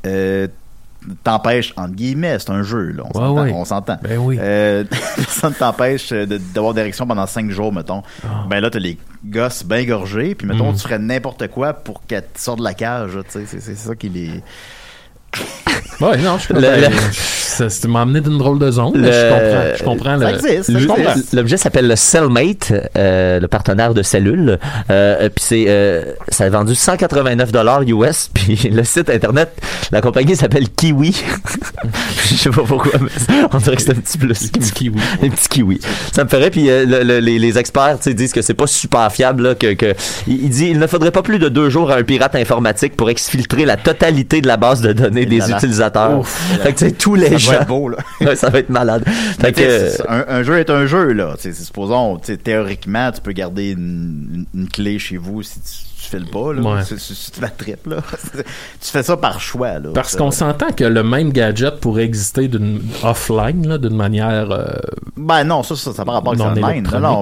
S2: euh, t'empêche, entre guillemets, c'est un jeu, là, on s'entend.
S3: ouais.
S2: on s'entend.
S3: Ben oui.
S2: Euh, la personne t'empêche euh, de- d'avoir d'érection pendant cinq jours, mettons.
S4: Ah.
S2: Ben là, t'as les gosses bien gorgés, puis
S4: Mm.
S2: mettons, tu ferais n'importe quoi pour qu'elle te sorte de la cage, là, tu sais. C'est- C'est ça qui les...
S3: Ouais, non, je comprends.
S4: Le-
S3: Ben,
S4: le-
S3: ça- ça m'a amené d'une drôle de zone.
S4: Le-
S3: mais Je comprends. Je comprends.
S2: Ça
S3: le-
S2: existe, ça
S4: Le-
S2: existe.
S4: L'objet s'appelle le Cellmate, euh, le partenaire de cellule. Euh, puis c'est, euh, ça a vendu 189 dollars US. Puis le site internet, la compagnie s'appelle Kiwi. Je sais pas pourquoi, mais on dirait que c'est un petit plus.
S3: Du kiwi.
S4: Un petit kiwi. Ça me ferait, puis euh, le- le- les, les experts tu sais, disent que c'est pas super fiable, là, que, que- il, il dit il ne faudrait pas plus de deux jours à un pirate informatique pour exfiltrer la totalité de la base de données des
S2: là là.
S4: utilisateurs.
S2: Ouf.
S4: Fait que tu sais, tous les
S2: Ça
S4: gens.
S2: doit être beau, là.
S4: Ouais, ça va être malade. Fait que,
S2: T'sais, c'est- un, un jeu est un jeu, là. T'sais, c'est- supposons, t'sais, théoriquement, tu peux garder une, une- une clé chez vous si tu, tu fais le pas, là.
S3: Ouais.
S2: Si, si- si tu la tripes, là. tu fais ça par choix, là.
S3: Parce
S2: Ça-
S3: qu'on s'entend que le même gadget pourrait exister d'une offline, là, d'une manière. euh,
S2: Ben non, ça, ça, ça par rapport à
S3: Non,
S2: ça même. Non, non,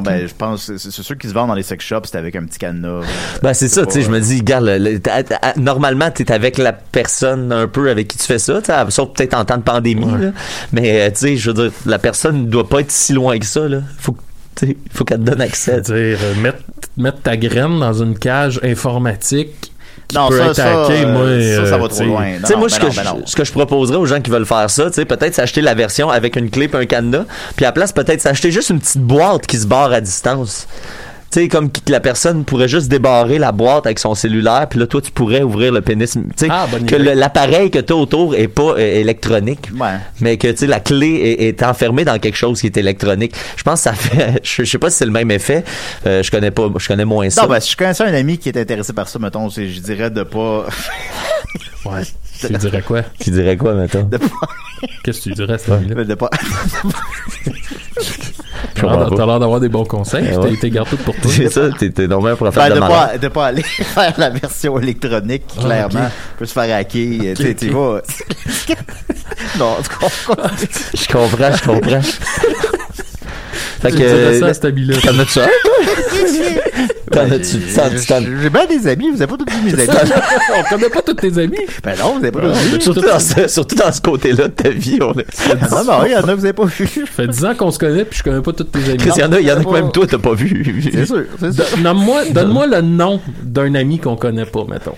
S3: électronique,
S2: ben je pense, c'est c'est sûr qu'ils se vendent dans les sex shops, c'est avec un petit cadenas.
S4: Ben c'est ça,
S2: pas,
S4: tu sais, je me dis, regarde, le- le- t'as- t'as- normalement, t'es avec la personne un peu avec qui tu fais ça, tu sais, sauf peut-être en temps de pandémie, là. mais euh, tu sais, je veux dire, la personne ne doit pas être si loin que ça, là. Faut, que- tu sais, faut qu'elle te donne accès. tu sais.
S3: C'est-à-dire, euh, mettre, mettre ta graine dans une cage informatique qui
S2: Non,
S3: peut
S2: ça,
S3: être
S2: ça,
S3: hackée,
S2: euh,
S3: moi.
S2: ça, ça
S3: euh,
S2: va
S3: tu
S2: trop
S3: sais,
S2: loin. Non,
S4: Tu sais,
S2: non,
S4: moi,
S2: ben
S4: ce, que
S2: non,
S4: je,
S2: ben non.
S4: ce que je proposerais aux gens qui veulent faire ça, tu sais, peut-être s'acheter la version avec une clip, un cadenas, puis à la place, peut-être s'acheter juste une petite boîte qui se barre à distance. Tu sais, comme que la personne pourrait juste débarrer la boîte avec son cellulaire, puis là, toi, tu pourrais ouvrir le pénis. Tu sais,
S3: Ah, bonne
S4: que
S3: idée.
S4: le- l'appareil que tu as autour est pas euh, électronique.
S2: Ouais.
S4: mais que tu sais la clé est, est enfermée dans quelque chose qui est électronique. Je pense que ça fait je, je sais pas si c'est le même effet. Euh, je connais pas je connais moins ça.
S2: Non, ben si je connaissais un ami qui est intéressé par ça, mettons, c'est- je dirais de pas.
S3: Ouais. Tu dirais quoi
S4: Tu dirais quoi maintenant
S2: de pas.
S3: Qu'est-ce que tu dirais, cette là
S2: de pas-
S4: Je comprends
S3: T'as
S4: pas.
S3: l'air d'avoir des bons conseils.
S4: Eh
S3: puis
S4: ouais.
S3: T'es t'es garde tout pour toi.
S4: C'est ça, t'es t'es donc bien
S2: Ben,
S4: professeur
S2: de
S4: de malade.
S2: pas, de pas aller faire la version électronique, qui,
S3: Ah,
S2: clairement.
S3: ok.
S2: peut se faire hacker. euh, tu sais, tu vas. non, tu comprends.
S4: Je comprends, je comprends.
S3: Tu dirais ça
S4: fait
S3: à
S4: que... ben-
S3: cet habit-là.
S4: T'en as-tu un? T'en as-tu... t'en-
S2: J'ai-
S4: t'en-
S2: J'ai bien des amis, vous avez pas tous mes amis.
S3: On connaît pas tous tes amis.
S2: ben non, vous avez pas tous mes amis.
S4: Surtout dans ce, surtout dans ce côté-là de ta vie, on est...
S2: Ah, Non, non, il y en a que vous avez pas vu.
S3: Ça fait 10 ans qu'on se connaît, puis je connais pas tous tes amis.
S4: Chris, il y en a, il y en a que
S2: pas-
S4: même toi, t'as pas vu.
S2: C'est sûr, c'est sûr.
S3: Don- Nomme-moi, donne-moi le nom d'un ami qu'on connaît pas, mettons.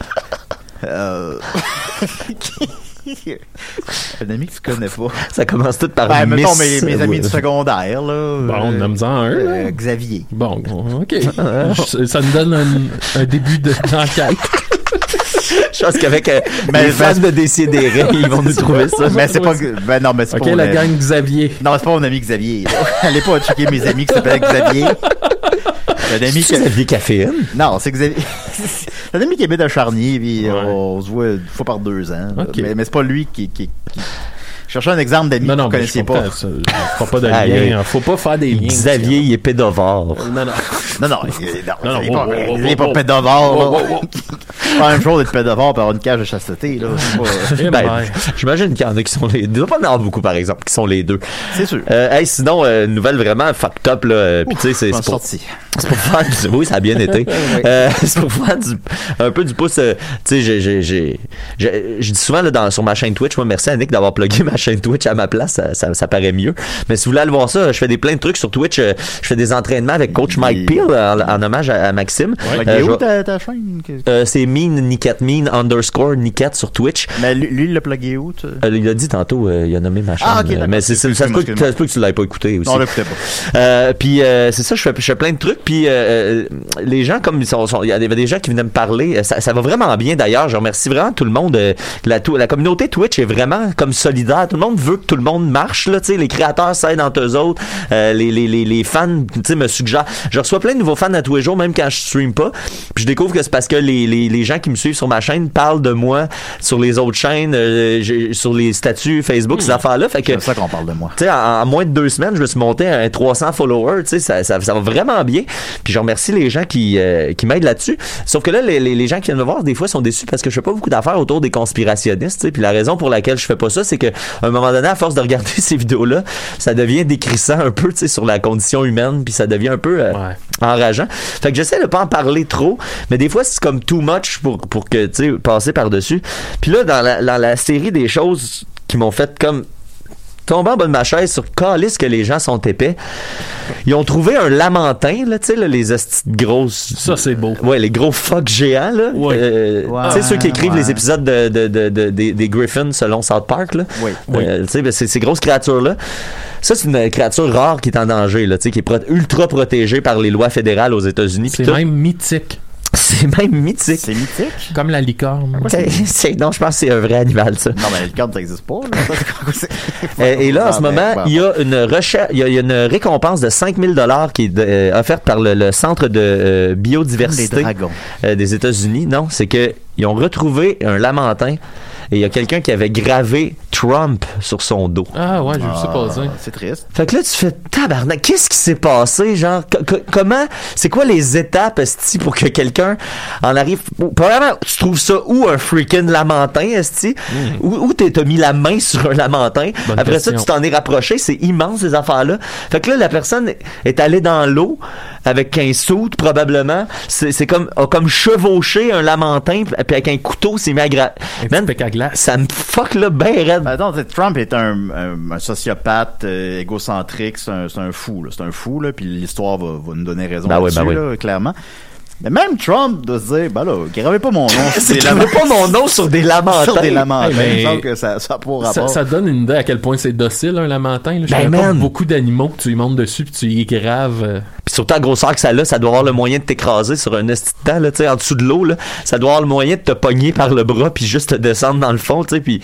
S2: Euh... un ami que tu connais pas.
S4: Ça commence tout par
S2: Ben,
S4: Miss.
S2: mettons mes, mes amis
S4: Ouais.
S2: du secondaire, là.
S3: Bon,
S2: euh,
S3: nomme-en un. là.
S2: euh, Xavier.
S3: Bon, ok.
S4: euh,
S3: Je- ça me donne un, un début de- d'enquête.
S4: Je pense qu'avec euh,
S2: Mais
S4: les fans de Décidérés, ils vont nous trouver ça.
S2: Mais c'est pas. Ben non, mais c'est
S3: ok,
S2: pas. mon
S3: la
S2: ami.
S3: gang Xavier.
S2: Non, c'est pas mon ami Xavier. là. Allez pas checker mes amis qui s'appellent Xavier. C'est un ami
S4: C'est
S2: qui.
S4: Xavier Caféine.
S2: Non, c'est Xavier. c'est un ami qui habite à Charny, puis euh,
S3: Ouais.
S2: on se voit une fois par deux ans. là.
S3: Ok.
S2: Mais, mais c'est pas lui qui. qui, qui- Je cherchais un exemple d'ami
S3: Non,
S2: que
S3: non,
S2: vous
S3: mais je
S2: connaissiez
S3: comprends
S2: pas.
S3: ça. Je prends pas de
S4: Aïe, aïe.
S3: lien. hein. Faut pas faire des liens.
S4: Xavier, il est pédovore.
S3: Non, non.
S2: Non, non, il est- non,
S3: Non, non,
S2: il est
S3: wow,
S2: pas,
S3: wow, wow,
S2: il est pas
S3: wow.
S2: pédovore. là. C'est pas la même chose d'être pédovore par une cage de chasteté. Là. C'est, pas-
S3: Eh
S4: Ben,
S3: ben.
S4: j'imagine qu'il y en a qui sont les deux. Il doit pas en avoir beaucoup, par exemple, qui sont les deux.
S2: c'est sûr.
S4: Euh, hey, sinon, euh, une nouvelle vraiment fucked up, là. euh, Puis, tu sais, c'est
S2: Je m'en
S4: c'est
S2: suis
S4: pour,
S2: sorti.
S4: c'est pour faire du... Oui, ça a bien été. Euh, c'est pour faire du- un peu du pouce. euh, tu sais, j'ai- j'ai- j'ai- j'ai- je dis souvent là, dans, sur ma chaîne Twitch, moi, merci à Nick d'avoir plugué ma chaîne Twitch à ma place. Ça, ça, ça paraît mieux. Mais si vous voulez aller voir ça, je fais des plein de trucs sur Twitch. euh, Je fais des entraînements avec coach Mike Peel euh, en, en hommage à, à Maxime.
S2: Fait que
S4: Euh,
S2: il est
S4: je
S2: où
S4: vais-
S2: ta, ta chaîne? Que-
S4: euh, c'est mean nicat mean underscore nicat sur Twitch.
S2: Mais Ben, lui, lui, il l'a plugué où? tu-
S4: Euh, il a dit tantôt, euh, il a nommé ma chaîne.
S2: Ah, ok,
S4: euh,
S2: d'accord.
S4: mais c'est, c'est- ça, se peut,
S2: Excuse-moi,
S4: que-
S2: excuse-moi.
S4: ça se peut que tu l'aies pas écouté aussi.
S2: Non, on l'écoutait pas.
S4: Euh, puis euh, c'est ça, je fais, je fais plein de trucs. Puis euh, euh, les gens, comme ils sont, sont- il y avait des gens qui venaient me parler. euh, Ça, ça va vraiment bien d'ailleurs. Je remercie vraiment tout le monde. euh, La, tou- la communauté Twitch est vraiment comme solidaire. Tout le monde veut que tout le monde marche. Là, tu sais, les créateurs s'aident entre eux autres. Euh, les, les, les, les fans, tu sais, me suggèrent. Je reçois plein de nouveaux fans à tous les jours, même quand je stream pas. Puis je découvre que c'est parce que les, les, les gens qui me suivent sur ma chaîne parlent de moi sur les autres chaînes, euh, j'ai- sur les statuts Facebook, ces affaires-là. Fait que
S2: C'est ça qu'on parle de moi.
S4: tu sais, en, en moins de deux semaines, je me suis monté à un 300 followers. Tu sais, ça, ça, ça va vraiment bien. Puis je remercie les gens qui, euh, qui m'aident là-dessus. Sauf que là, les, les, les gens qui viennent me voir, des fois, sont déçus parce que je fais pas beaucoup d'affaires autour des conspirationnistes. tu sais. Puis la raison pour laquelle je fais pas ça, c'est que à un moment donné, à force de regarder ces vidéos-là, ça devient décrissant un peu tu sais, sur la condition humaine. Puis ça devient un peu euh,
S3: Ouais.
S4: enrageant. Fait que j'essaie de pas en parler trop, mais des fois c'est comme too much pour pour que tu sais passer par-dessus. Puis là dans la, dans la série des choses qui m'ont fait comme tomber en bas de ma chaise sur calice que les gens sont épais. Ils ont trouvé un lamentin là, tu sais là, les hosties de grosses
S3: Ça, c'est beau.
S4: Ouais, les gros fuck géants, là.
S3: Ouais.
S4: Euh,
S2: Ouais.
S4: Tu sais, ceux qui écrivent
S2: Ouais.
S4: les épisodes de, de, de- de- des, des Griffins selon South Park, là.
S2: Oui.
S4: Euh, tu sais, ben, c'est- ces grosses créatures-là. Ça, c'est une créature rare qui est en danger, là, tu sais, qui est pro- ultra protégée par les lois fédérales aux États-Unis.
S3: C'est
S4: Puis tout-
S3: même mythique.
S4: c'est même mythique.
S2: C'est mythique.
S3: Comme la licorne.
S4: C'est- c'est- non, je pense que c'est un vrai animal, ça.
S2: Non, mais le cadre, ça existe pas. là. C'est-
S4: Euh, et là, en ce
S2: Ouais,
S4: moment,
S2: ouais.
S4: il y a une recherche, il y a, il y a une récompense de 5000 dollars qui est euh, offerte par le, le centre de euh,
S2: Les
S4: biodiversité
S2: dragons.
S4: euh, des États-Unis. Non, c'est que ils ont retrouvé un lamentin et il y a quelqu'un qui avait gravé Trump sur son dos.
S3: Ah ouais, je le sais pas dire.
S2: Ah, C'est triste.
S4: Fait que là, tu fais tabarnak. Qu'est-ce qui s'est passé, genre? Co- co- comment? C'est quoi les étapes, esti, pour que quelqu'un en arrive? Ou- Premièrement, tu trouves ça où un freaking lamentin, esti? Où, où t'es- t'as mis la main sur un lamentin?
S3: Hmm. Bonne
S4: Après
S3: question.
S4: ça, tu t'en es rapproché. C'est immense, ces affaires-là. Fait que là, la personne est allée dans l'eau avec un soude, probablement. C'est c'est comme, a comme chevauché un lamentin, puis avec un couteau, s'est mis à gra...
S3: Un
S4: Man,
S3: petit pec à glace. Ah.
S4: ça me fuck là ben raide.
S2: Ben, Attends, c'est- Trump est un, un- un sociopathe euh, égocentrique, c'est un, c'est un fou, là. c'est un fou, là, puis l'histoire va, va nous donner raison
S4: Ben oui,
S2: là-dessus,
S4: ben oui.
S2: là, clairement. Mais même Trump doit se dire, ben là, gravez pas mon nom sur
S4: C'est
S2: des
S4: qu'il avait
S2: lamentins.
S4: pas mon nom sur des lamentins.
S2: Sur des lamentins,
S3: Eh ben,
S2: il me semble que ça, ça a pas rapport.
S3: Ça, ça donne une idée à quel point c'est docile, un lamentin. Là. Je
S4: Ah Ben,
S3: connais pas
S4: man.
S3: beaucoup d'animaux que tu y montes dessus puis tu y graves. euh,
S4: Puis surtout à grosseur que ça là, ça doit avoir le moyen de t'écraser sur un esti de temps, là, tu sais, en dessous de l'eau, là. Ça doit avoir le moyen de te pogner par le bras puis juste te descendre dans le fond, tu sais, puis...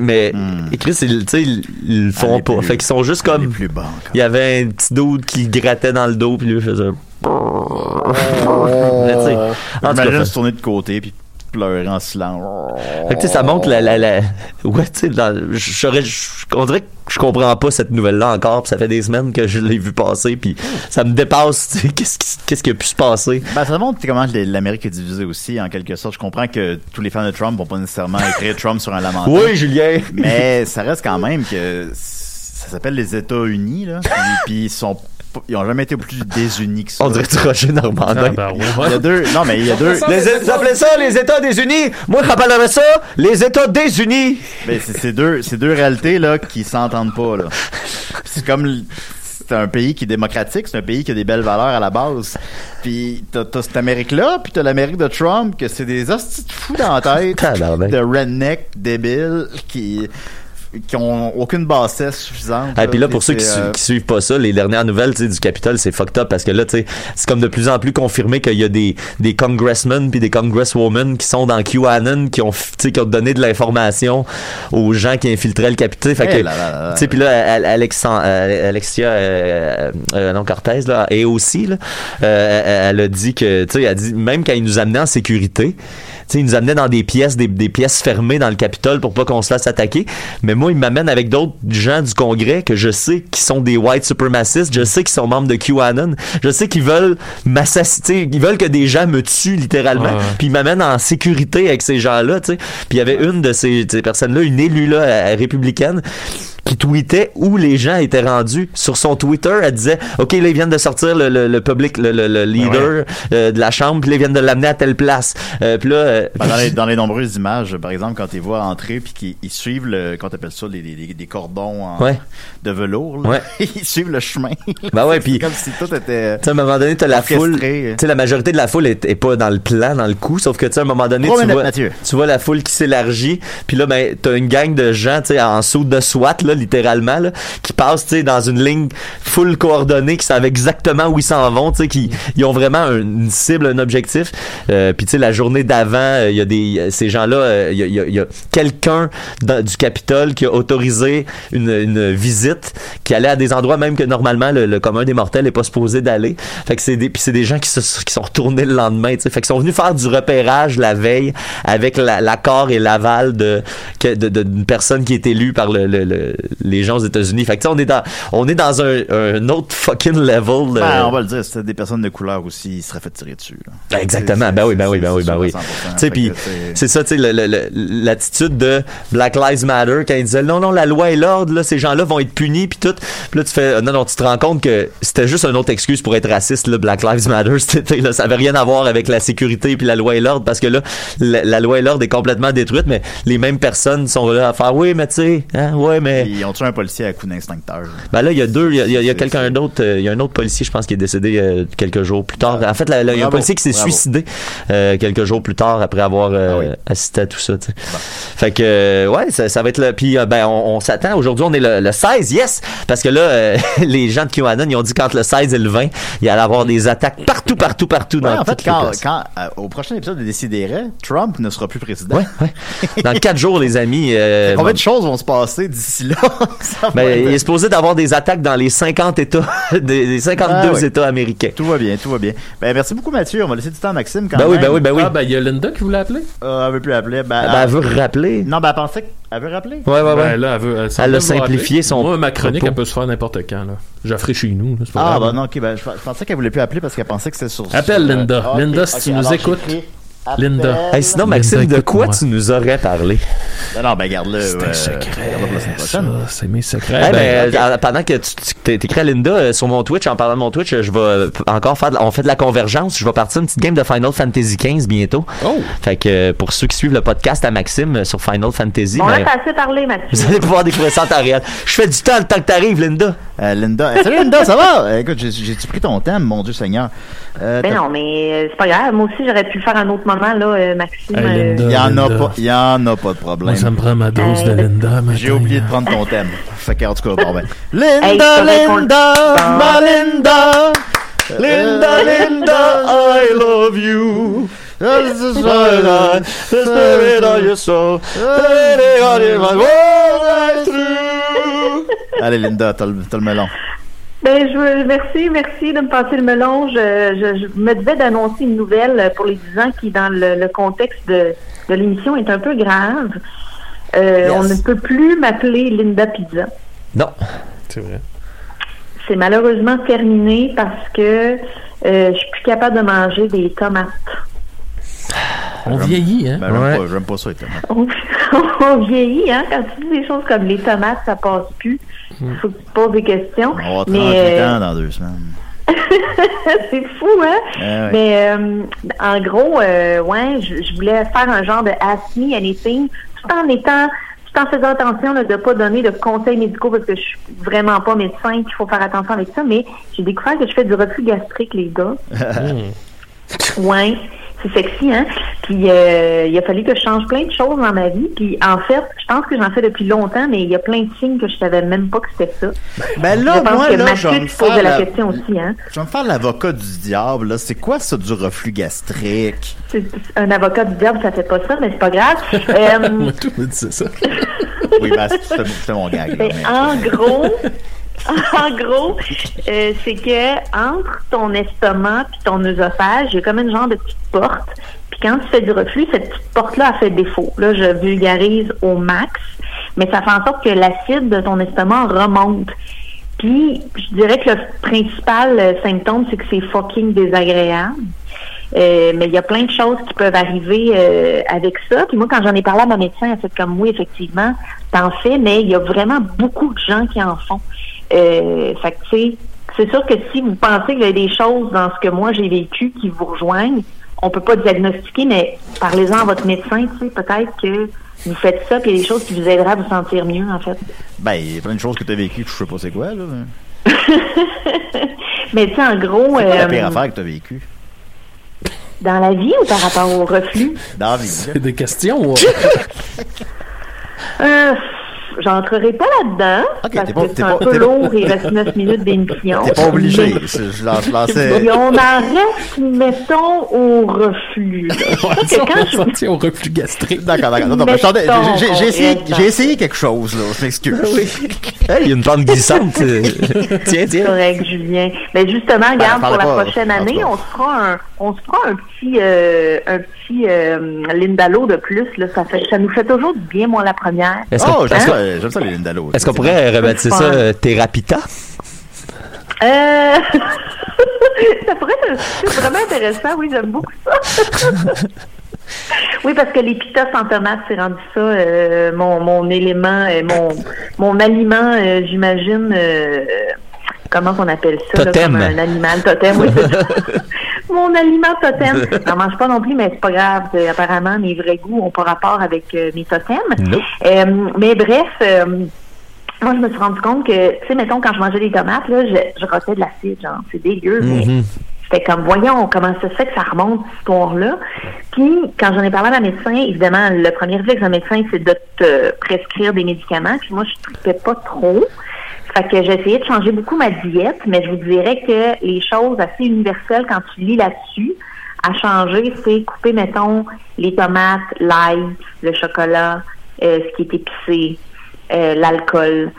S4: Mais, et Chris, ils, tu sais, ils, ils le font
S2: les
S4: pas.
S2: Mm. plus-
S4: Fait qu'ils sont juste
S2: les
S4: comme...
S2: plus bas, encore.
S4: Il y avait un petit dude qui grattait dans le dos puis lui il faisait... Mais tu sais, en tout cas,
S2: Imagine
S4: fait-
S2: se tourner de côté, puis pleurer en silence.
S4: Fait que, tu sais, ça montre la, la, la- Ouais, tu sais, dans- j'aurais- je- on dirait que je comprends pas cette nouvelle-là encore, puis ça fait des semaines que je l'ai vu passer, puis ça me dépasse, tu sais, qu'est-ce qui, qu'est-ce qui a pu se passer.
S2: Ben, ça montre comment les- l'Amérique est divisée aussi, en quelque sorte. Je comprends que tous les fans de Trump vont pas nécessairement écrire Trump sur un lamentin.
S4: Oui, Julien!
S2: Mais ça reste quand même que ça s'appelle les États-Unis, là. Puis, puis ils sont pas- ils ont jamais été plus désunis que ça.
S4: On dirait que Roger Normandin.
S2: Ah, Il y a deux. Non, mais il y a deux.
S4: Les, vous appelez ça les États des Unis? Moi, je rappellerais ça les États des Unis!
S2: Mais c'est c'est deux, c'est deux réalités là qui s'entendent pas là. Puis C'est comme l- c'est un pays qui est démocratique, c'est un pays qui a des belles valeurs à la base. Puis t'as t'as cette Amérique là, puis t'as l'Amérique de Trump que c'est des hosties de fous dans la tête,
S4: Tabarnak.
S2: de redneck débiles qui qui ont aucune bassesse suffisante.
S4: Et puis là, pour ceux qui,
S2: c'est,
S4: su-
S2: euh,
S4: qui suivent pas ça, les dernières nouvelles tu sais, du Capitole, c'est fucked up parce que là, tu sais, c'est comme de plus en plus confirmé qu'il y a des, des congressmen puis des congresswomen qui sont dans QAnon, qui ont, f- tu sais, qui ont donné de l'information aux gens qui infiltraient le Capitole. Fait
S2: Eh
S4: que,
S2: là là là là.
S4: tu sais, puis là, Al- Alexan- euh, Alexia, euh, euh, non, Cortez, là, et aussi, là, euh, elle- elle a dit que, tu sais, elle a dit, même quand ils nous amenaient en sécurité, tu sais, ils nous amenaient dans des pièces, des, des pièces fermées dans le Capitole pour pas qu'on se laisse attaquer. Mais moi, ils m'amènent avec d'autres gens du Congrès que je sais qui sont des white supremacistes, je sais qu'ils sont membres de QAnon, je sais qu'ils veulent m'assassiner, ils veulent que des gens me tuent littéralement.
S3: Ouais.
S4: Puis ils m'amènent en sécurité avec ces gens-là, tu sais. Puis il y avait une de ces, de ces personnes-là, une élue là, euh, républicaine, qui tweetait où les gens étaient rendus. Sur son Twitter, elle disait OK, là, ils viennent de sortir le, le, le public, le, le- le leader euh, de la chambre, puis là, ils viennent de l'amener à telle place. Euh, puis là. euh,
S2: Ben, dans, les, dans les nombreuses images, par exemple, quand ils voient entrer puis qu'ils ils suivent le, qu'on appelle ça, les, les- les- des cordons en-
S4: Ouais.
S2: de velours, là.
S4: Ouais.
S2: ils suivent le chemin.
S4: Ben ouais,
S2: C'est
S4: puis-
S2: comme si tout était
S4: Tu sais, à un moment donné, t'as la
S2: Orchestré.
S4: foule. Tu sais, la majorité de la foule est, est pas dans le plan, dans le coup. Sauf que, tu sais, à un moment donné,
S2: Trois
S4: tu
S2: minutes,
S4: vois,
S2: Mathieu.
S4: tu vois la foule qui s'élargit. Puis là, ben, t'as une gang de gens, tu sais, en saut de SWAT, là, littéralement, là, qui passent, tu sais, dans une ligne full coordonnée, qui savent exactement où ils s'en vont, tu sais, qui ils ont vraiment un- une cible, un objectif. Euh, puis, tu sais, la journée d'avant, euh, il y a des, ces gens-là, euh, il y a, il y a- il y a quelqu'un dans- du Capitole qui a autorisé une, une visite qui allait à des endroits même que normalement le, le commun des mortels est pas supposé d'aller. Fait que c'est des puis c'est des gens qui se qui sont retournés le lendemain, tu sais. Fait qu'ils sont venus faire du repérage la veille avec la- l'accord et l'aval de que- de- de- d'une personne qui est élue par le, le- le- les gens aux États-Unis. Fait que tu sais, on est dans on est dans un, un autre fucking level. de-
S2: Ben, on va le dire, c'était des personnes de couleur aussi, ils se seraient fait tirer dessus. là.
S4: Ben, exactement.
S2: C'est-
S4: Ben oui, ben oui,
S2: c'est-
S4: ben oui,
S2: c'est
S4: ben oui.
S2: sûr à 100%.
S4: Tu sais,
S2: Fait
S4: puis
S2: que c'est-
S4: c'est ça, tu sais, le- le- le- l'attitude de Black Lives Matter quand ils disaient non, non, la loi et l'ordre, là, ces gens-là vont être punis, puis tout. Puis là, tu fais euh, non, non, tu te rends compte que c'était juste une autre excuse pour être raciste, là, Black Lives Matter, c'était, là, ça avait rien à voir avec la sécurité puis la loi et l'ordre, parce que là, la, la loi et l'ordre est complètement détruite, mais les mêmes personnes sont là à faire oui, mais tu sais, hein, ouais, mais.
S2: Ils ont tué un policier à coup d'instincteur.
S4: Ben là, il y a deux, il y a, il y a- il y a
S2: C'est-
S4: quelqu'un
S2: c'est-
S4: d'autre, euh, il y a un autre policier, je pense, qui est décédé euh, quelques jours plus tard. En fait, là, là, il y a un
S2: Bravo,
S4: policier qui s'est
S2: bravo.
S4: suicidé euh, quelques jours plus tard après avoir euh,
S2: Ah oui.
S4: assisté à tout ça. tu sais. Fait que, euh, ouais, ça, ça va être là. Puis, euh, ben, on, on s'attend. Aujourd'hui, on est le, le 16, yes! Parce que là, euh, les gens de QAnon, ils ont dit qu'entre le 16 et le 20, il allait avoir des attaques partout, partout, partout
S2: Ouais,
S4: dans
S2: en fait,
S4: toutes les
S2: quand,
S4: places.
S2: quand, euh, au prochain épisode de Décideret, Trump ne sera plus président.
S4: Ouais, ouais. Dans quatre jours, les amis. euh,
S2: Combien de choses vont se passer d'ici là? Ça va
S4: ben,
S2: être-
S4: il est supposé d'avoir des attaques dans les 50 États, des des 52
S2: Ah oui.
S4: États américains.
S2: Tout va bien, tout va bien. Ben, merci beaucoup, Mathieu. On va laisser du temps à Maxime quand
S4: Ben oui,
S2: même.
S4: ben oui, ben oui.
S3: Ah, ben, il y a Linda qui voulait appeler.
S2: Euh, elle veut plus appeler. Ben,
S4: Ah, ben,
S2: elle-
S4: elle veut rappeler.
S2: Non, ben, elle pensait qu'elle veut rappeler.
S4: Ouais, ouais,
S3: Ben,
S4: ouais.
S3: là, elle veut. Elle,
S4: Elle a
S3: veut
S4: simplifié
S3: rappeler.
S4: son
S3: Moi, ma chronique,
S4: propos. bah
S3: elle peut se faire n'importe quand, là. J'offre chez nous, là. c'est pas
S2: Ah,
S3: grave.
S2: ben non, ok. Ben, je, je pensais qu'elle voulait plus appeler parce qu'elle pensait que c'était sur.
S3: Appelle
S2: sur-
S3: Linda.
S2: Ah, ok,
S3: Linda, si
S2: ok,
S3: tu nous
S2: alors,
S3: écoutes,
S2: j'écris
S3: Linda.
S2: appel.
S4: Hey, sinon, Maxime,
S3: Linda,
S4: de quoi
S3: écoute-moi.
S4: tu nous aurais parlé?
S2: Non, non, ben, garde-le.
S3: C'est
S2: euh,
S3: un secret.
S2: garde-le pour la semaine
S3: ça,
S2: prochaine.
S3: C'est mes secrets.
S4: Eh
S3: Ben,
S4: ben, euh, Pendant que tu tu- t'é- t'écris à Linda euh, sur mon Twitch, en parlant de mon Twitch, euh, je vais euh, p- encore faire. de la- On fait de la convergence. Je vais partir une petite game de Final Fantasy XV bientôt.
S3: Oh!
S4: Fait que euh, pour ceux qui suivent le podcast à Maxime euh, sur Final Fantasy,
S9: On
S4: ben,
S9: a assez parlé, Mathieu.
S4: vous allez pouvoir découvrir ça en temps réel. Je fais du temps le temps que t'arrives, Linda.
S2: Euh, Linda. Eh, salut Linda, ça va? Euh, Écoute, j'ai- j'ai-tu pris ton thème, mon Dieu Seigneur? Euh,
S9: Ben
S2: t'as-
S9: non, mais euh, c'est pas grave. Moi aussi, j'aurais pu le faire un autre moment, là, euh, Maxime.
S4: ben,
S3: Hey,
S9: euh,
S3: Linda.
S2: Il y en a
S3: Linda.
S2: pas, il y en a pas de
S3: Moi,
S2: problème.
S3: ça me prend ma dose de
S9: Hey.
S3: Linda, maintenant.
S2: J'ai oublié de prendre ton thème. Fait que, en tout cas, bon ben. Linda,
S9: Hey, ça va qu'on-
S2: Linda,
S9: Bon.
S2: ma Linda. Linda, Euh, Linda, Ah, I love you. This is my life. The spirit of your soul. The spirit of your soul. Allez, Linda, t'as le, t'as le melon.
S9: Ben, je veux, merci, merci de me passer le melon. Je, je- je me devais d'annoncer une nouvelle euh, pour les 10 ans qui, dans le, le contexte de, de l'émission, est un peu grave. Euh,
S4: Yes.
S9: On ne peut plus m'appeler Linda Pizza.
S4: Non.
S3: C'est vrai.
S9: C'est malheureusement terminé parce que euh, je suis plus capable de manger des tomates.
S3: On vieillit, hein?
S2: Ben, j'aime
S4: Ouais.
S2: pas- j'aime pas, ça, étonnamment.
S9: On, on vieillit, hein? Quand tu dis des choses comme les tomates, ça passe plus.
S3: Hmm.
S9: Il faut que tu te poses des questions.
S2: On va avoir 38
S9: Mais, euh,
S2: ans dans deux semaines.
S9: c'est fou, hein?
S2: Ah ouais.
S9: Mais euh, en gros, euh, ouais, je, je voulais faire un genre de ask me anything, tout en étant, tout en faisant attention là, de pas donner de conseils médicaux parce que je suis vraiment pas médecin, qu'il faut faire attention avec ça. Mais j'ai découvert que je fais du reflux gastrique, les gars. Ouais, c'est sexy, hein? Puis euh, il a fallu que je change plein de choses dans ma vie. Puis en fait, je pense que j'en fais depuis longtemps, mais il y a plein de signes que je savais même pas que c'était ça.
S2: Ben
S9: je
S2: là,
S9: pense
S2: moi,
S9: que
S2: là, je
S9: Mathieu
S2: vais me
S9: te posait
S2: faire
S9: la
S2: la-
S9: question aussi, hein?
S2: je vais me faire l'avocat du diable. là. C'est quoi ça du reflux gastrique?
S9: C'est- c'est- Un avocat du diable, ça fait pas ça, mais c'est pas grave. Euh,
S3: Moi, tout me disait ça.
S2: Oui, ben, c'est- c'était mon- c'était mon gag. là,
S9: Ben,
S2: mais- euh,
S9: en gros, en gros, euh, c'est que entre ton estomac puis ton œsophage, il y a comme une genre de petite porte. Puis quand tu fais du reflux, cette petite porte-là a fait défaut. Là, je vulgarise au max, mais ça fait en sorte que l'acide de ton estomac remonte. Puis, je dirais que le principal euh, symptôme, c'est que c'est fucking désagréable. Euh, mais il y a plein de choses qui peuvent arriver euh, avec ça. Puis moi, quand j'en ai parlé à ma médecin, elle a fait comme oui, effectivement, t'en fais, mais il y a vraiment beaucoup de gens qui en font. Euh, fait que, tu sais, c'est sûr que si vous pensez qu'il y a des choses dans ce que moi j'ai vécu qui vous rejoignent, on peut pas diagnostiquer, mais parlez-en à votre médecin, tu sais, peut-être que vous faites ça, puis il y a des choses qui vous aideront à vous sentir mieux, en fait.
S2: Ben, il y a plein de choses que t'as vécues que je sais pas c'est quoi, là.
S9: Euh, mais tu sais, en gros,
S2: C'est quoi la
S9: euh,
S2: pire affaire que t'as vécue?
S9: dans la vie ou par rapport au reflux,
S2: Dans la vie.
S3: C'est des questions. ouais.
S9: Euh, J'entrerai pas là-dedans.
S2: Ok,
S9: parce
S2: t'es pas-
S9: que
S2: t'es
S9: c'est un
S2: pas-
S9: peu
S2: t'es-
S9: lourd, il reste 9 minutes d'émission.
S2: T'es pas obligé. Ben, C'est- Je lance- euh, je lançais.
S9: Et on en reste, mettons, au reflux. là. C'est
S3: Ouais,
S9: sûr
S3: ça,
S9: que
S3: on
S9: quand
S3: va
S9: je
S3: sortir au reflux gastrique.
S2: D'accord, d'accord. Ah, Non, non, mais je t'entends-
S9: Mettons
S2: j'ai- j'ai-
S9: qu'on
S2: j'ai essayé-
S9: reste dans-
S2: J'ai essayé quelque chose, là. Je m'excuse.
S4: Hey, il y a une pente glissante. tiens,
S9: C'est
S4: tiens.
S9: correct, Julien. Mais justement, regarde, pour la
S2: parlez Ben, pas,
S9: prochaine
S2: en tout
S9: année,
S2: cas.
S9: on se fera un, on se fera un petit, euh, un petit euh, Lindalo de plus. Là, ça fait, ça nous fait toujours du bien, moi la première.
S4: Est-ce qu'on
S2: Oh, j'aime
S9: Hein?
S2: ça, j'aime ça, les Lindalo.
S4: est-ce qu'on pourrait rebaptiser ça euh, Thérapita?
S9: Euh... ça pourrait être un sujet vraiment intéressant, oui, j'aime beaucoup ça. oui, parce que les pitas en tomates, c'est rendu ça euh, mon, mon élément, euh, mon, mon aliment, euh, j'imagine, euh, comment on appelle ça? là,
S4: Totem.
S9: comme un animal totem, oui. c'est ça. mon aliment totem. J'en mange pas non plus, mais c'est pas grave. c'est- Apparemment, mes vrais goûts ont pas rapport avec euh, mes totems.
S4: Non.
S9: Euh, mais bref, euh, moi, je me suis rendu compte que, tu sais, mettons, quand je mangeais des tomates, là, je, je rotais de l'acide, genre, c'est dégueu, mais c'était comme, voyons, comment ça se fait que ça remonte, cette histoire-là. Puis, quand j'en ai parlé à ma médecin, évidemment, le premier réflexe d'un médecin, c'est de te prescrire des médicaments, puis moi, je ne tripais pas trop. Fait que j'ai essayé de changer beaucoup ma diète, mais je vous dirais que les choses assez universelles, quand tu lis là-dessus, à changer, c'est couper, mettons, les tomates, l'ail, le chocolat, euh, ce qui est épicé, euh, l'alcool,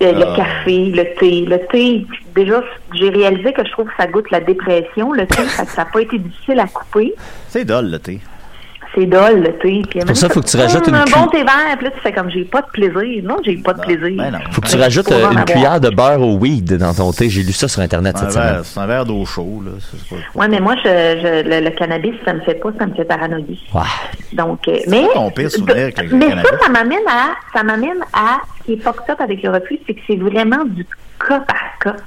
S9: euh,
S2: Ah.
S9: le café, le thé. Le thé, déjà, j'ai réalisé que je trouve que ça goûte la dépression, le thé, fait que ça n'a pas été difficile à couper.
S2: C'est dole, le thé.
S9: C'est dole, le thé. Puis,
S4: pour ça, faut que tu rajoutes une
S9: Un
S4: cu-
S9: bon thé vert, puis là, tu fais comme, j'ai pas de plaisir. Non, j'ai pas de plaisir.
S2: Ben non.
S4: Faut que tu rajoutes
S9: Faut
S4: euh,
S9: en
S4: une
S9: avoir.
S4: cuillère de beurre au weed dans ton thé. J'ai lu ça sur Internet
S2: C'est un
S4: cette semaine.
S2: verre- c'est un verre d'eau chaude, là. C'est pas-
S9: Ouais, mais moi, je, je- le, le cannabis, ça me fait pas, ça me fait paranoïer.
S4: Ouais.
S9: Donc, euh, mais
S2: ton pire souvenir avec le
S9: mais
S2: cannabis?
S9: ça, ça m'amène à, ça m'amène à ce qui est fucked up avec le reflux, c'est que c'est vraiment du cas par cas.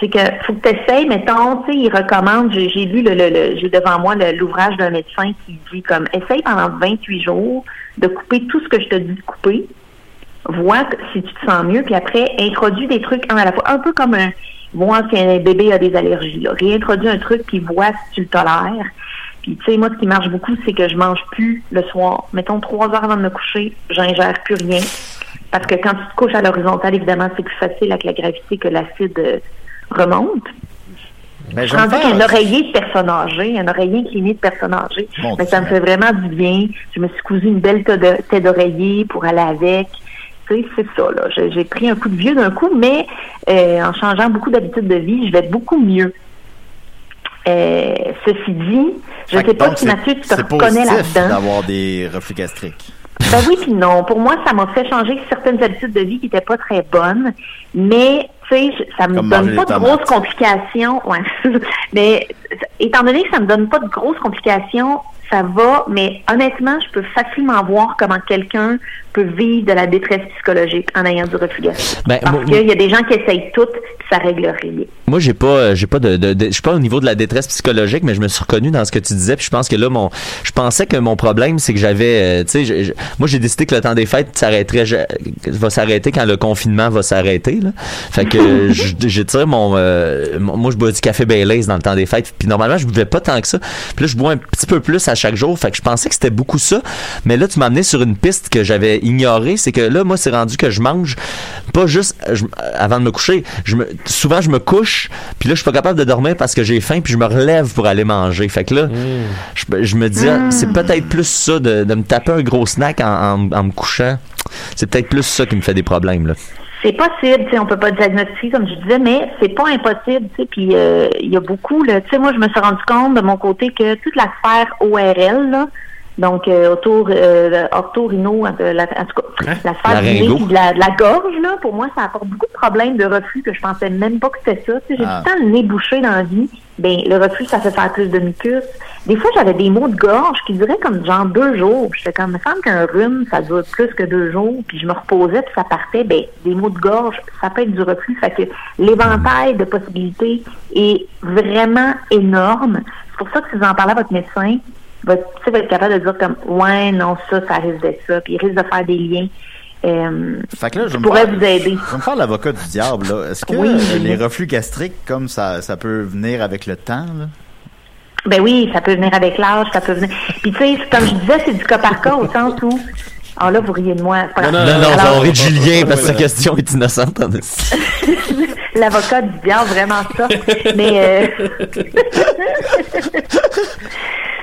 S9: C'est que faut que tu essayes, mettons, tu sais, il recommande, j'ai, j'ai lu le, le- le- j'ai devant moi le- l'ouvrage d'un médecin qui dit comme essaye pendant 28 jours de couper tout ce que je te dis de couper, vois que- si tu te sens mieux, puis après introduis des trucs un à la fois, un peu comme un voir si un bébé a des allergies. Là. Réintroduis un truc puis vois si tu le tolères. Puis tu sais, moi, ce qui marche beaucoup, c'est que je mange plus le soir. Mettons trois heures avant de me coucher, j'ingère plus rien. Parce que quand tu te couches à l'horizontale, évidemment, c'est plus facile avec la gravité que l'acide euh, remonte.
S2: Ben,
S9: Je
S2: je vais me
S9: rendu qu'un
S2: faire.
S9: oreiller de personne âgée, un oreiller incliné de personne âgée.
S2: Mon
S9: Mais
S2: Dieu.
S9: ça me fait vraiment du bien. Je me suis cousu une belle tête de- tête d'oreiller pour aller avec. tu sais, c'est ça, là. J'ai- J'ai pris un coup de vieux d'un coup, mais euh, en changeant beaucoup d'habitudes de vie, je vais beaucoup mieux. Euh, ceci dit, je ne
S2: Fait que
S9: sais pas
S2: donc,
S9: si
S2: c'est-
S9: Mathieu, tu te
S2: C'est
S9: reconnais
S2: positif
S9: là-dedans.
S2: d'avoir des reflux gastriques.
S9: Ben oui, puis non. Pour moi, ça m'a fait changer certaines habitudes de vie qui n'étaient pas très bonnes. Mais, tu sais, je- ça me
S2: Comme manger
S9: donne pas
S2: des
S9: de grosses
S2: tomates.
S9: complications. Ouais. mais étant donné que ça me donne pas de grosses complications, ça va. Mais honnêtement, je peux facilement voir comment quelqu'un peut vivre de la détresse psychologique en ayant du reflux gastrique.
S4: Ben,
S9: Parce
S4: moi-
S9: qu'il y a des gens qui essayent tout, puis ça règle rien.
S4: Moi, j'ai pas, euh, j'ai pas de, de- de- je suis pas au niveau de la détresse psychologique, mais je me suis reconnu dans ce que tu disais. Puis je pense que là, mon, je pensais que mon problème, c'est que j'avais, euh, tu sais, je- je- moi, j'ai décidé que le temps des fêtes s'arrêterait, je- va s'arrêter quand le confinement va s'arrêter. Là. Fait que euh, je- j'étire mon, euh, mon- moi, je bois du café Baileys dans le temps des fêtes. Puis normalement, je buvais pas tant que ça. Puis là, je bois un petit peu plus à chaque jour. Fait que je pensais que c'était beaucoup ça. Mais là, tu m'as amené sur une piste que j'avais ignorée. C'est que là, moi, c'est rendu que je mange pas juste euh, je- euh, avant de me coucher. Je me, souvent, je me couche, puis là, je suis pas capable de dormir parce que j'ai faim, puis je me relève pour aller manger. Fait que là, je, me- je me dis, ah, c'est peut-être plus ça de, de me taper un gros snack en, en- en me couchant. C'est peut-être plus ça qui me fait des problèmes. Là.
S9: C'est possible, tu sais, on peut pas diagnostiquer comme je disais, mais c'est pas impossible, tu sais. Puis euh, il y a beaucoup, là, tu sais, moi je me suis rendu compte de mon côté que toute la sphère ORL, là, donc euh, autour, euh, orthorhino, euh, la, en tout cas, la sphère du nez
S4: Laryngo.
S9: puis de la, de la gorge, là, pour moi, ça apporte beaucoup de problèmes de reflux que je pensais même pas que c'était ça. Tu sais, j'ai
S2: Ah.
S9: tout le temps le nez bouché dans la vie. Ben, le reflux, ça fait faire plus de mucus. Des fois, j'avais des maux de gorge qui duraient comme genre deux jours. J'étais comme, il me semble qu'un rhume, ça dure plus que deux jours. Puis je me reposais, puis ça partait. Ben, des maux de gorge, ça peut être du reflux. Fait que l'éventail de possibilités est vraiment énorme. C'est pour ça que si vous en parlez à votre médecin, votre, Bah, tu sais, va être capable de dire comme, ouais, non, ça, ça risque d'être ça. Puis il risque de faire des liens. Euh,
S2: Fait que là, je vais me
S9: pourrais
S2: faire-
S9: vous aider.
S2: Je vais me faire l'avocat du diable. là. Est-ce que
S9: Oui.
S2: euh, les reflux gastriques, comme ça, ça peut venir avec le temps? là?
S9: Ben oui, ça peut venir avec l'âge, ça peut venir. Puis tu sais, c'est- comme je disais, c'est du cas par cas au sens où. Alors là, vous riez de moi. c'est pas grave.
S4: Non, non,
S9: Alors,
S4: on rit de Julien parce que sa question est innocente. en esti.
S9: L'avocat du diable, vraiment ça. Mais. euh,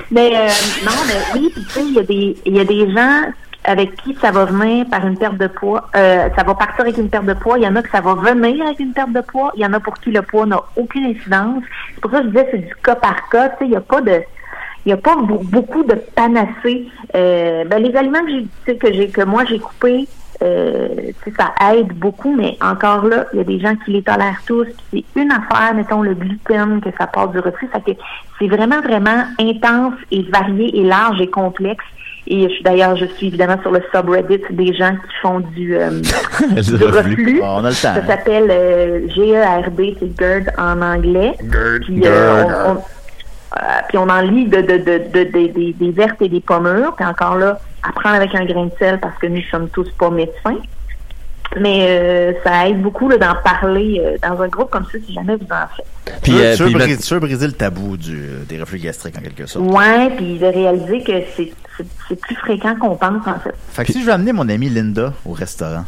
S9: mais euh, non, mais oui, puis tu sais, il y, a des- il y a des gens avec qui ça va venir par une perte de poids. Euh, ça va partir avec une perte de poids. Il y en a que ça va venir avec une perte de poids. Il y en a pour qui le poids n'a aucune incidence. C'est pour ça que je disais, c'est du cas par cas. Tu sais, il n'y a pas de. Il n'y a pas be- beaucoup de panacées. Euh, ben, les aliments que j'ai, tu sais, que j'ai, que moi j'ai coupés, euh, tu sais, ça aide beaucoup, mais encore là, il y a des gens qui les tolèrent tous. puis C'est une affaire, mettons le gluten, que ça part du reflux. Fait que c'est vraiment vraiment intense et varié et large et complexe. Et je suis d'ailleurs, je suis évidemment sur le subreddit des gens qui font du, euh, du
S4: Le reflux.
S9: reflux.
S2: Bon, on a le temps.
S9: Ça
S2: hein.
S9: s'appelle euh, GERD, c'est GERD en anglais. Puis, euh, on, on- euh, puis on en lit de, de, de, de- de- des- des vertes et des pommures. Puis encore là, à prendre avec un grain de sel parce que nous sommes tous pas médecins. Mais euh, ça aide beaucoup là, d'en parler euh, dans un groupe comme ça si jamais vous en faites.
S4: Puis,
S2: tu, veux,
S4: euh,
S2: tu veux
S4: puis
S2: briser,
S4: maintenant-
S2: tu veux briser le tabou du, euh, des reflux gastriques, en quelque sorte.
S9: Ouais, puis de réaliser que c'est- c'est c'est plus fréquent qu'on pense en fait.
S2: Fait que si je vais amener mon amie Linda au restaurant,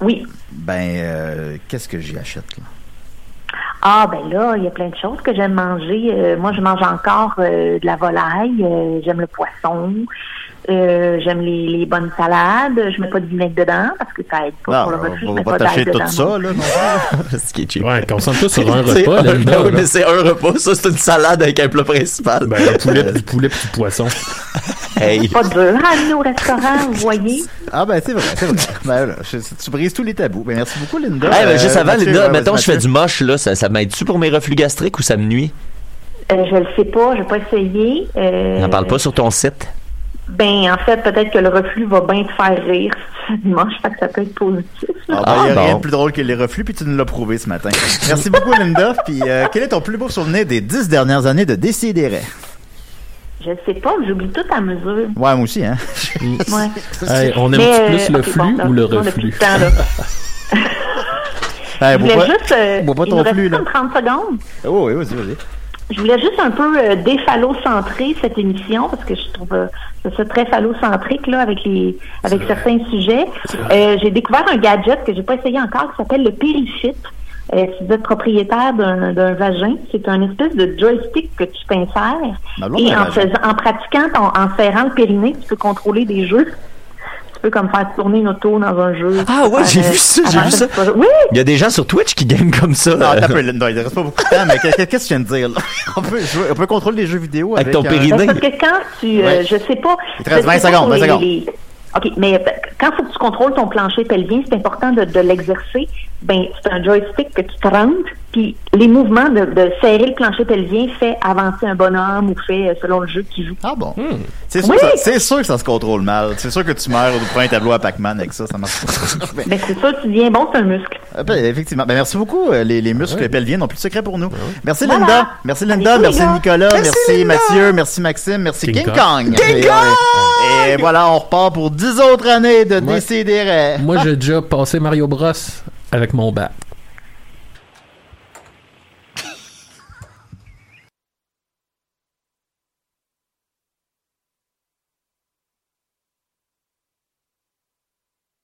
S9: Oui.
S2: ben, euh, qu'est-ce que j'y achète, là?
S9: Ah ben là, il y a plein de choses que j'aime manger. Euh, moi, je mange encore euh, de la volaille. Euh, j'aime le poisson. Euh, j'aime les, les bonnes salades. Je mets pas de vinaigre dedans parce que ça aide pas
S2: Non,
S9: pour le reflux. Je
S2: Ah, on va
S9: mets
S2: pas
S9: pas d'ail
S2: tâcher
S9: dedans.
S2: tout ça, là, non?
S4: Ce qui est cheap.
S3: Ouais, consomme tout sur un
S4: C'est
S3: repas,
S4: un-
S3: Linda,
S4: ben
S3: là.
S4: oui, mais c'est un repas, ça c'est une salade avec un plat principal.
S3: Ben, du poulet, du poulet pis du poisson.
S4: hey.
S9: Pas dur à amener au restaurant, vous voyez.
S2: Ah, ben, c'est vrai, c'est vrai. ben, voilà, je- tu brises tous les tabous. Ben, merci beaucoup, Linda.
S4: Hey, ben, juste
S2: Euh,
S4: avant,
S2: Mathieu,
S4: Linda,
S2: ouais,
S4: mettons,
S2: vas-y,
S4: je fais du
S2: Mathieu.
S4: moche, là, ça, ça m'aide-tu pour mes reflux gastriques ou ça me nuit?
S9: Euh, je le sais pas, je vais pas essayer. Euh,
S4: N'en parle pas sur ton site.
S9: Ben en fait, peut-être que le reflux va bien te faire rire si tu te manges, fait que ça peut être positif.
S2: Ah, ben, il y a
S4: Ah,
S2: rien
S4: bon.
S2: de plus drôle que les reflux, puis tu nous l'as prouvé ce matin. Merci beaucoup, Linda. Puis, euh, quel est ton plus beau souvenir des dix dernières années de Décideret?
S9: Je le sais pas, j'oublie tout à mesure.
S2: Ouais, moi aussi, hein.
S9: Ouais.
S3: Hey, on
S9: Mais,
S3: aime
S9: euh,
S3: plus le
S9: ok, bon,
S3: flux
S9: là,
S3: ou
S9: on
S3: le
S9: a plus de
S3: reflux?
S9: temps, là.
S2: Hey,
S9: Je voulais
S2: bois Eh, pas-
S9: juste. euh,
S2: bois pas
S9: il
S2: ton
S9: nous reste
S2: flux, là.
S9: comme 30 secondes.
S2: Oh, oui, vas-y, vas-y.
S9: Je voulais juste un peu euh, déphalo-centrer cette émission parce que je trouve euh, je trouve ça très phallocentrique là avec les avec certains sujets. Euh, j'ai découvert un gadget que j'ai pas essayé encore qui s'appelle le périfit. Euh, si vous êtes propriétaire d'un d'un vagin, c'est un espèce de joystick que tu t'insères
S2: Ma blonde
S9: et
S2: a un
S9: en,
S2: vagin.
S9: faisant, en pratiquant, ton- en serrant le périnée, tu peux contrôler des jeux. Tu peux comme faire tourner une auto dans un jeu.
S4: Ah ouais,
S9: Faire,
S4: j'ai
S9: euh,
S4: vu ça, j'ai
S9: avancer
S4: vu ça.
S9: le projet. Oui,
S4: Il y a des gens sur Twitch qui game comme ça.
S2: Non,
S4: euh,
S2: attends un peu, là, non, il reste pas beaucoup de temps, mais qu'est- qu'est- qu'est-ce que tu viens de dire, là? On peut, jouer- on peut contrôler les jeux vidéo
S4: Avec
S2: avec,
S4: ton
S2: un-
S4: périnée.
S9: Ben, c'est parce que quand tu, euh,
S2: Ouais.
S9: je sais pas.
S2: Il te reste
S9: je sais
S2: 20
S9: pas
S2: secondes,
S9: pour
S2: 20
S9: les-
S2: secondes.
S9: les- OK, mais ben, quand faut que tu contrôles ton plancher pelvien, c'est important de, de l'exercer. Ben, c'est un joystick que tu te rentres, puis les mouvements de, de serrer le plancher pelvien fait avancer un bonhomme ou fait euh, selon le jeu qui joue.
S2: Ah bon?
S4: Hmm.
S2: C'est sûr,
S9: Oui.
S2: que ça- c'est sûr que ça se contrôle mal. C'est sûr que tu meurs au un tableau à Pac-Man avec ça, ça marche pas. Mais-
S9: Ben, c'est ça, tu deviens bon, c'est un muscle.
S2: Euh, ben, effectivement. Ben, merci beaucoup. euh, Les, les muscles pelviens n'ont plus de secret pour nous. Merci
S9: Voilà.
S2: Linda. Merci Linda.
S9: Allez,
S2: Merci
S9: les gars.
S2: Nicolas. Merci, Mathieu. Merci Maxime. Merci King,
S3: King
S2: Kong. Et, euh, et voilà, on repart pour 10 autres années de
S3: Ouais.
S2: décider.
S3: Moi, j'ai déjà passé Mario Bros avec mon bat.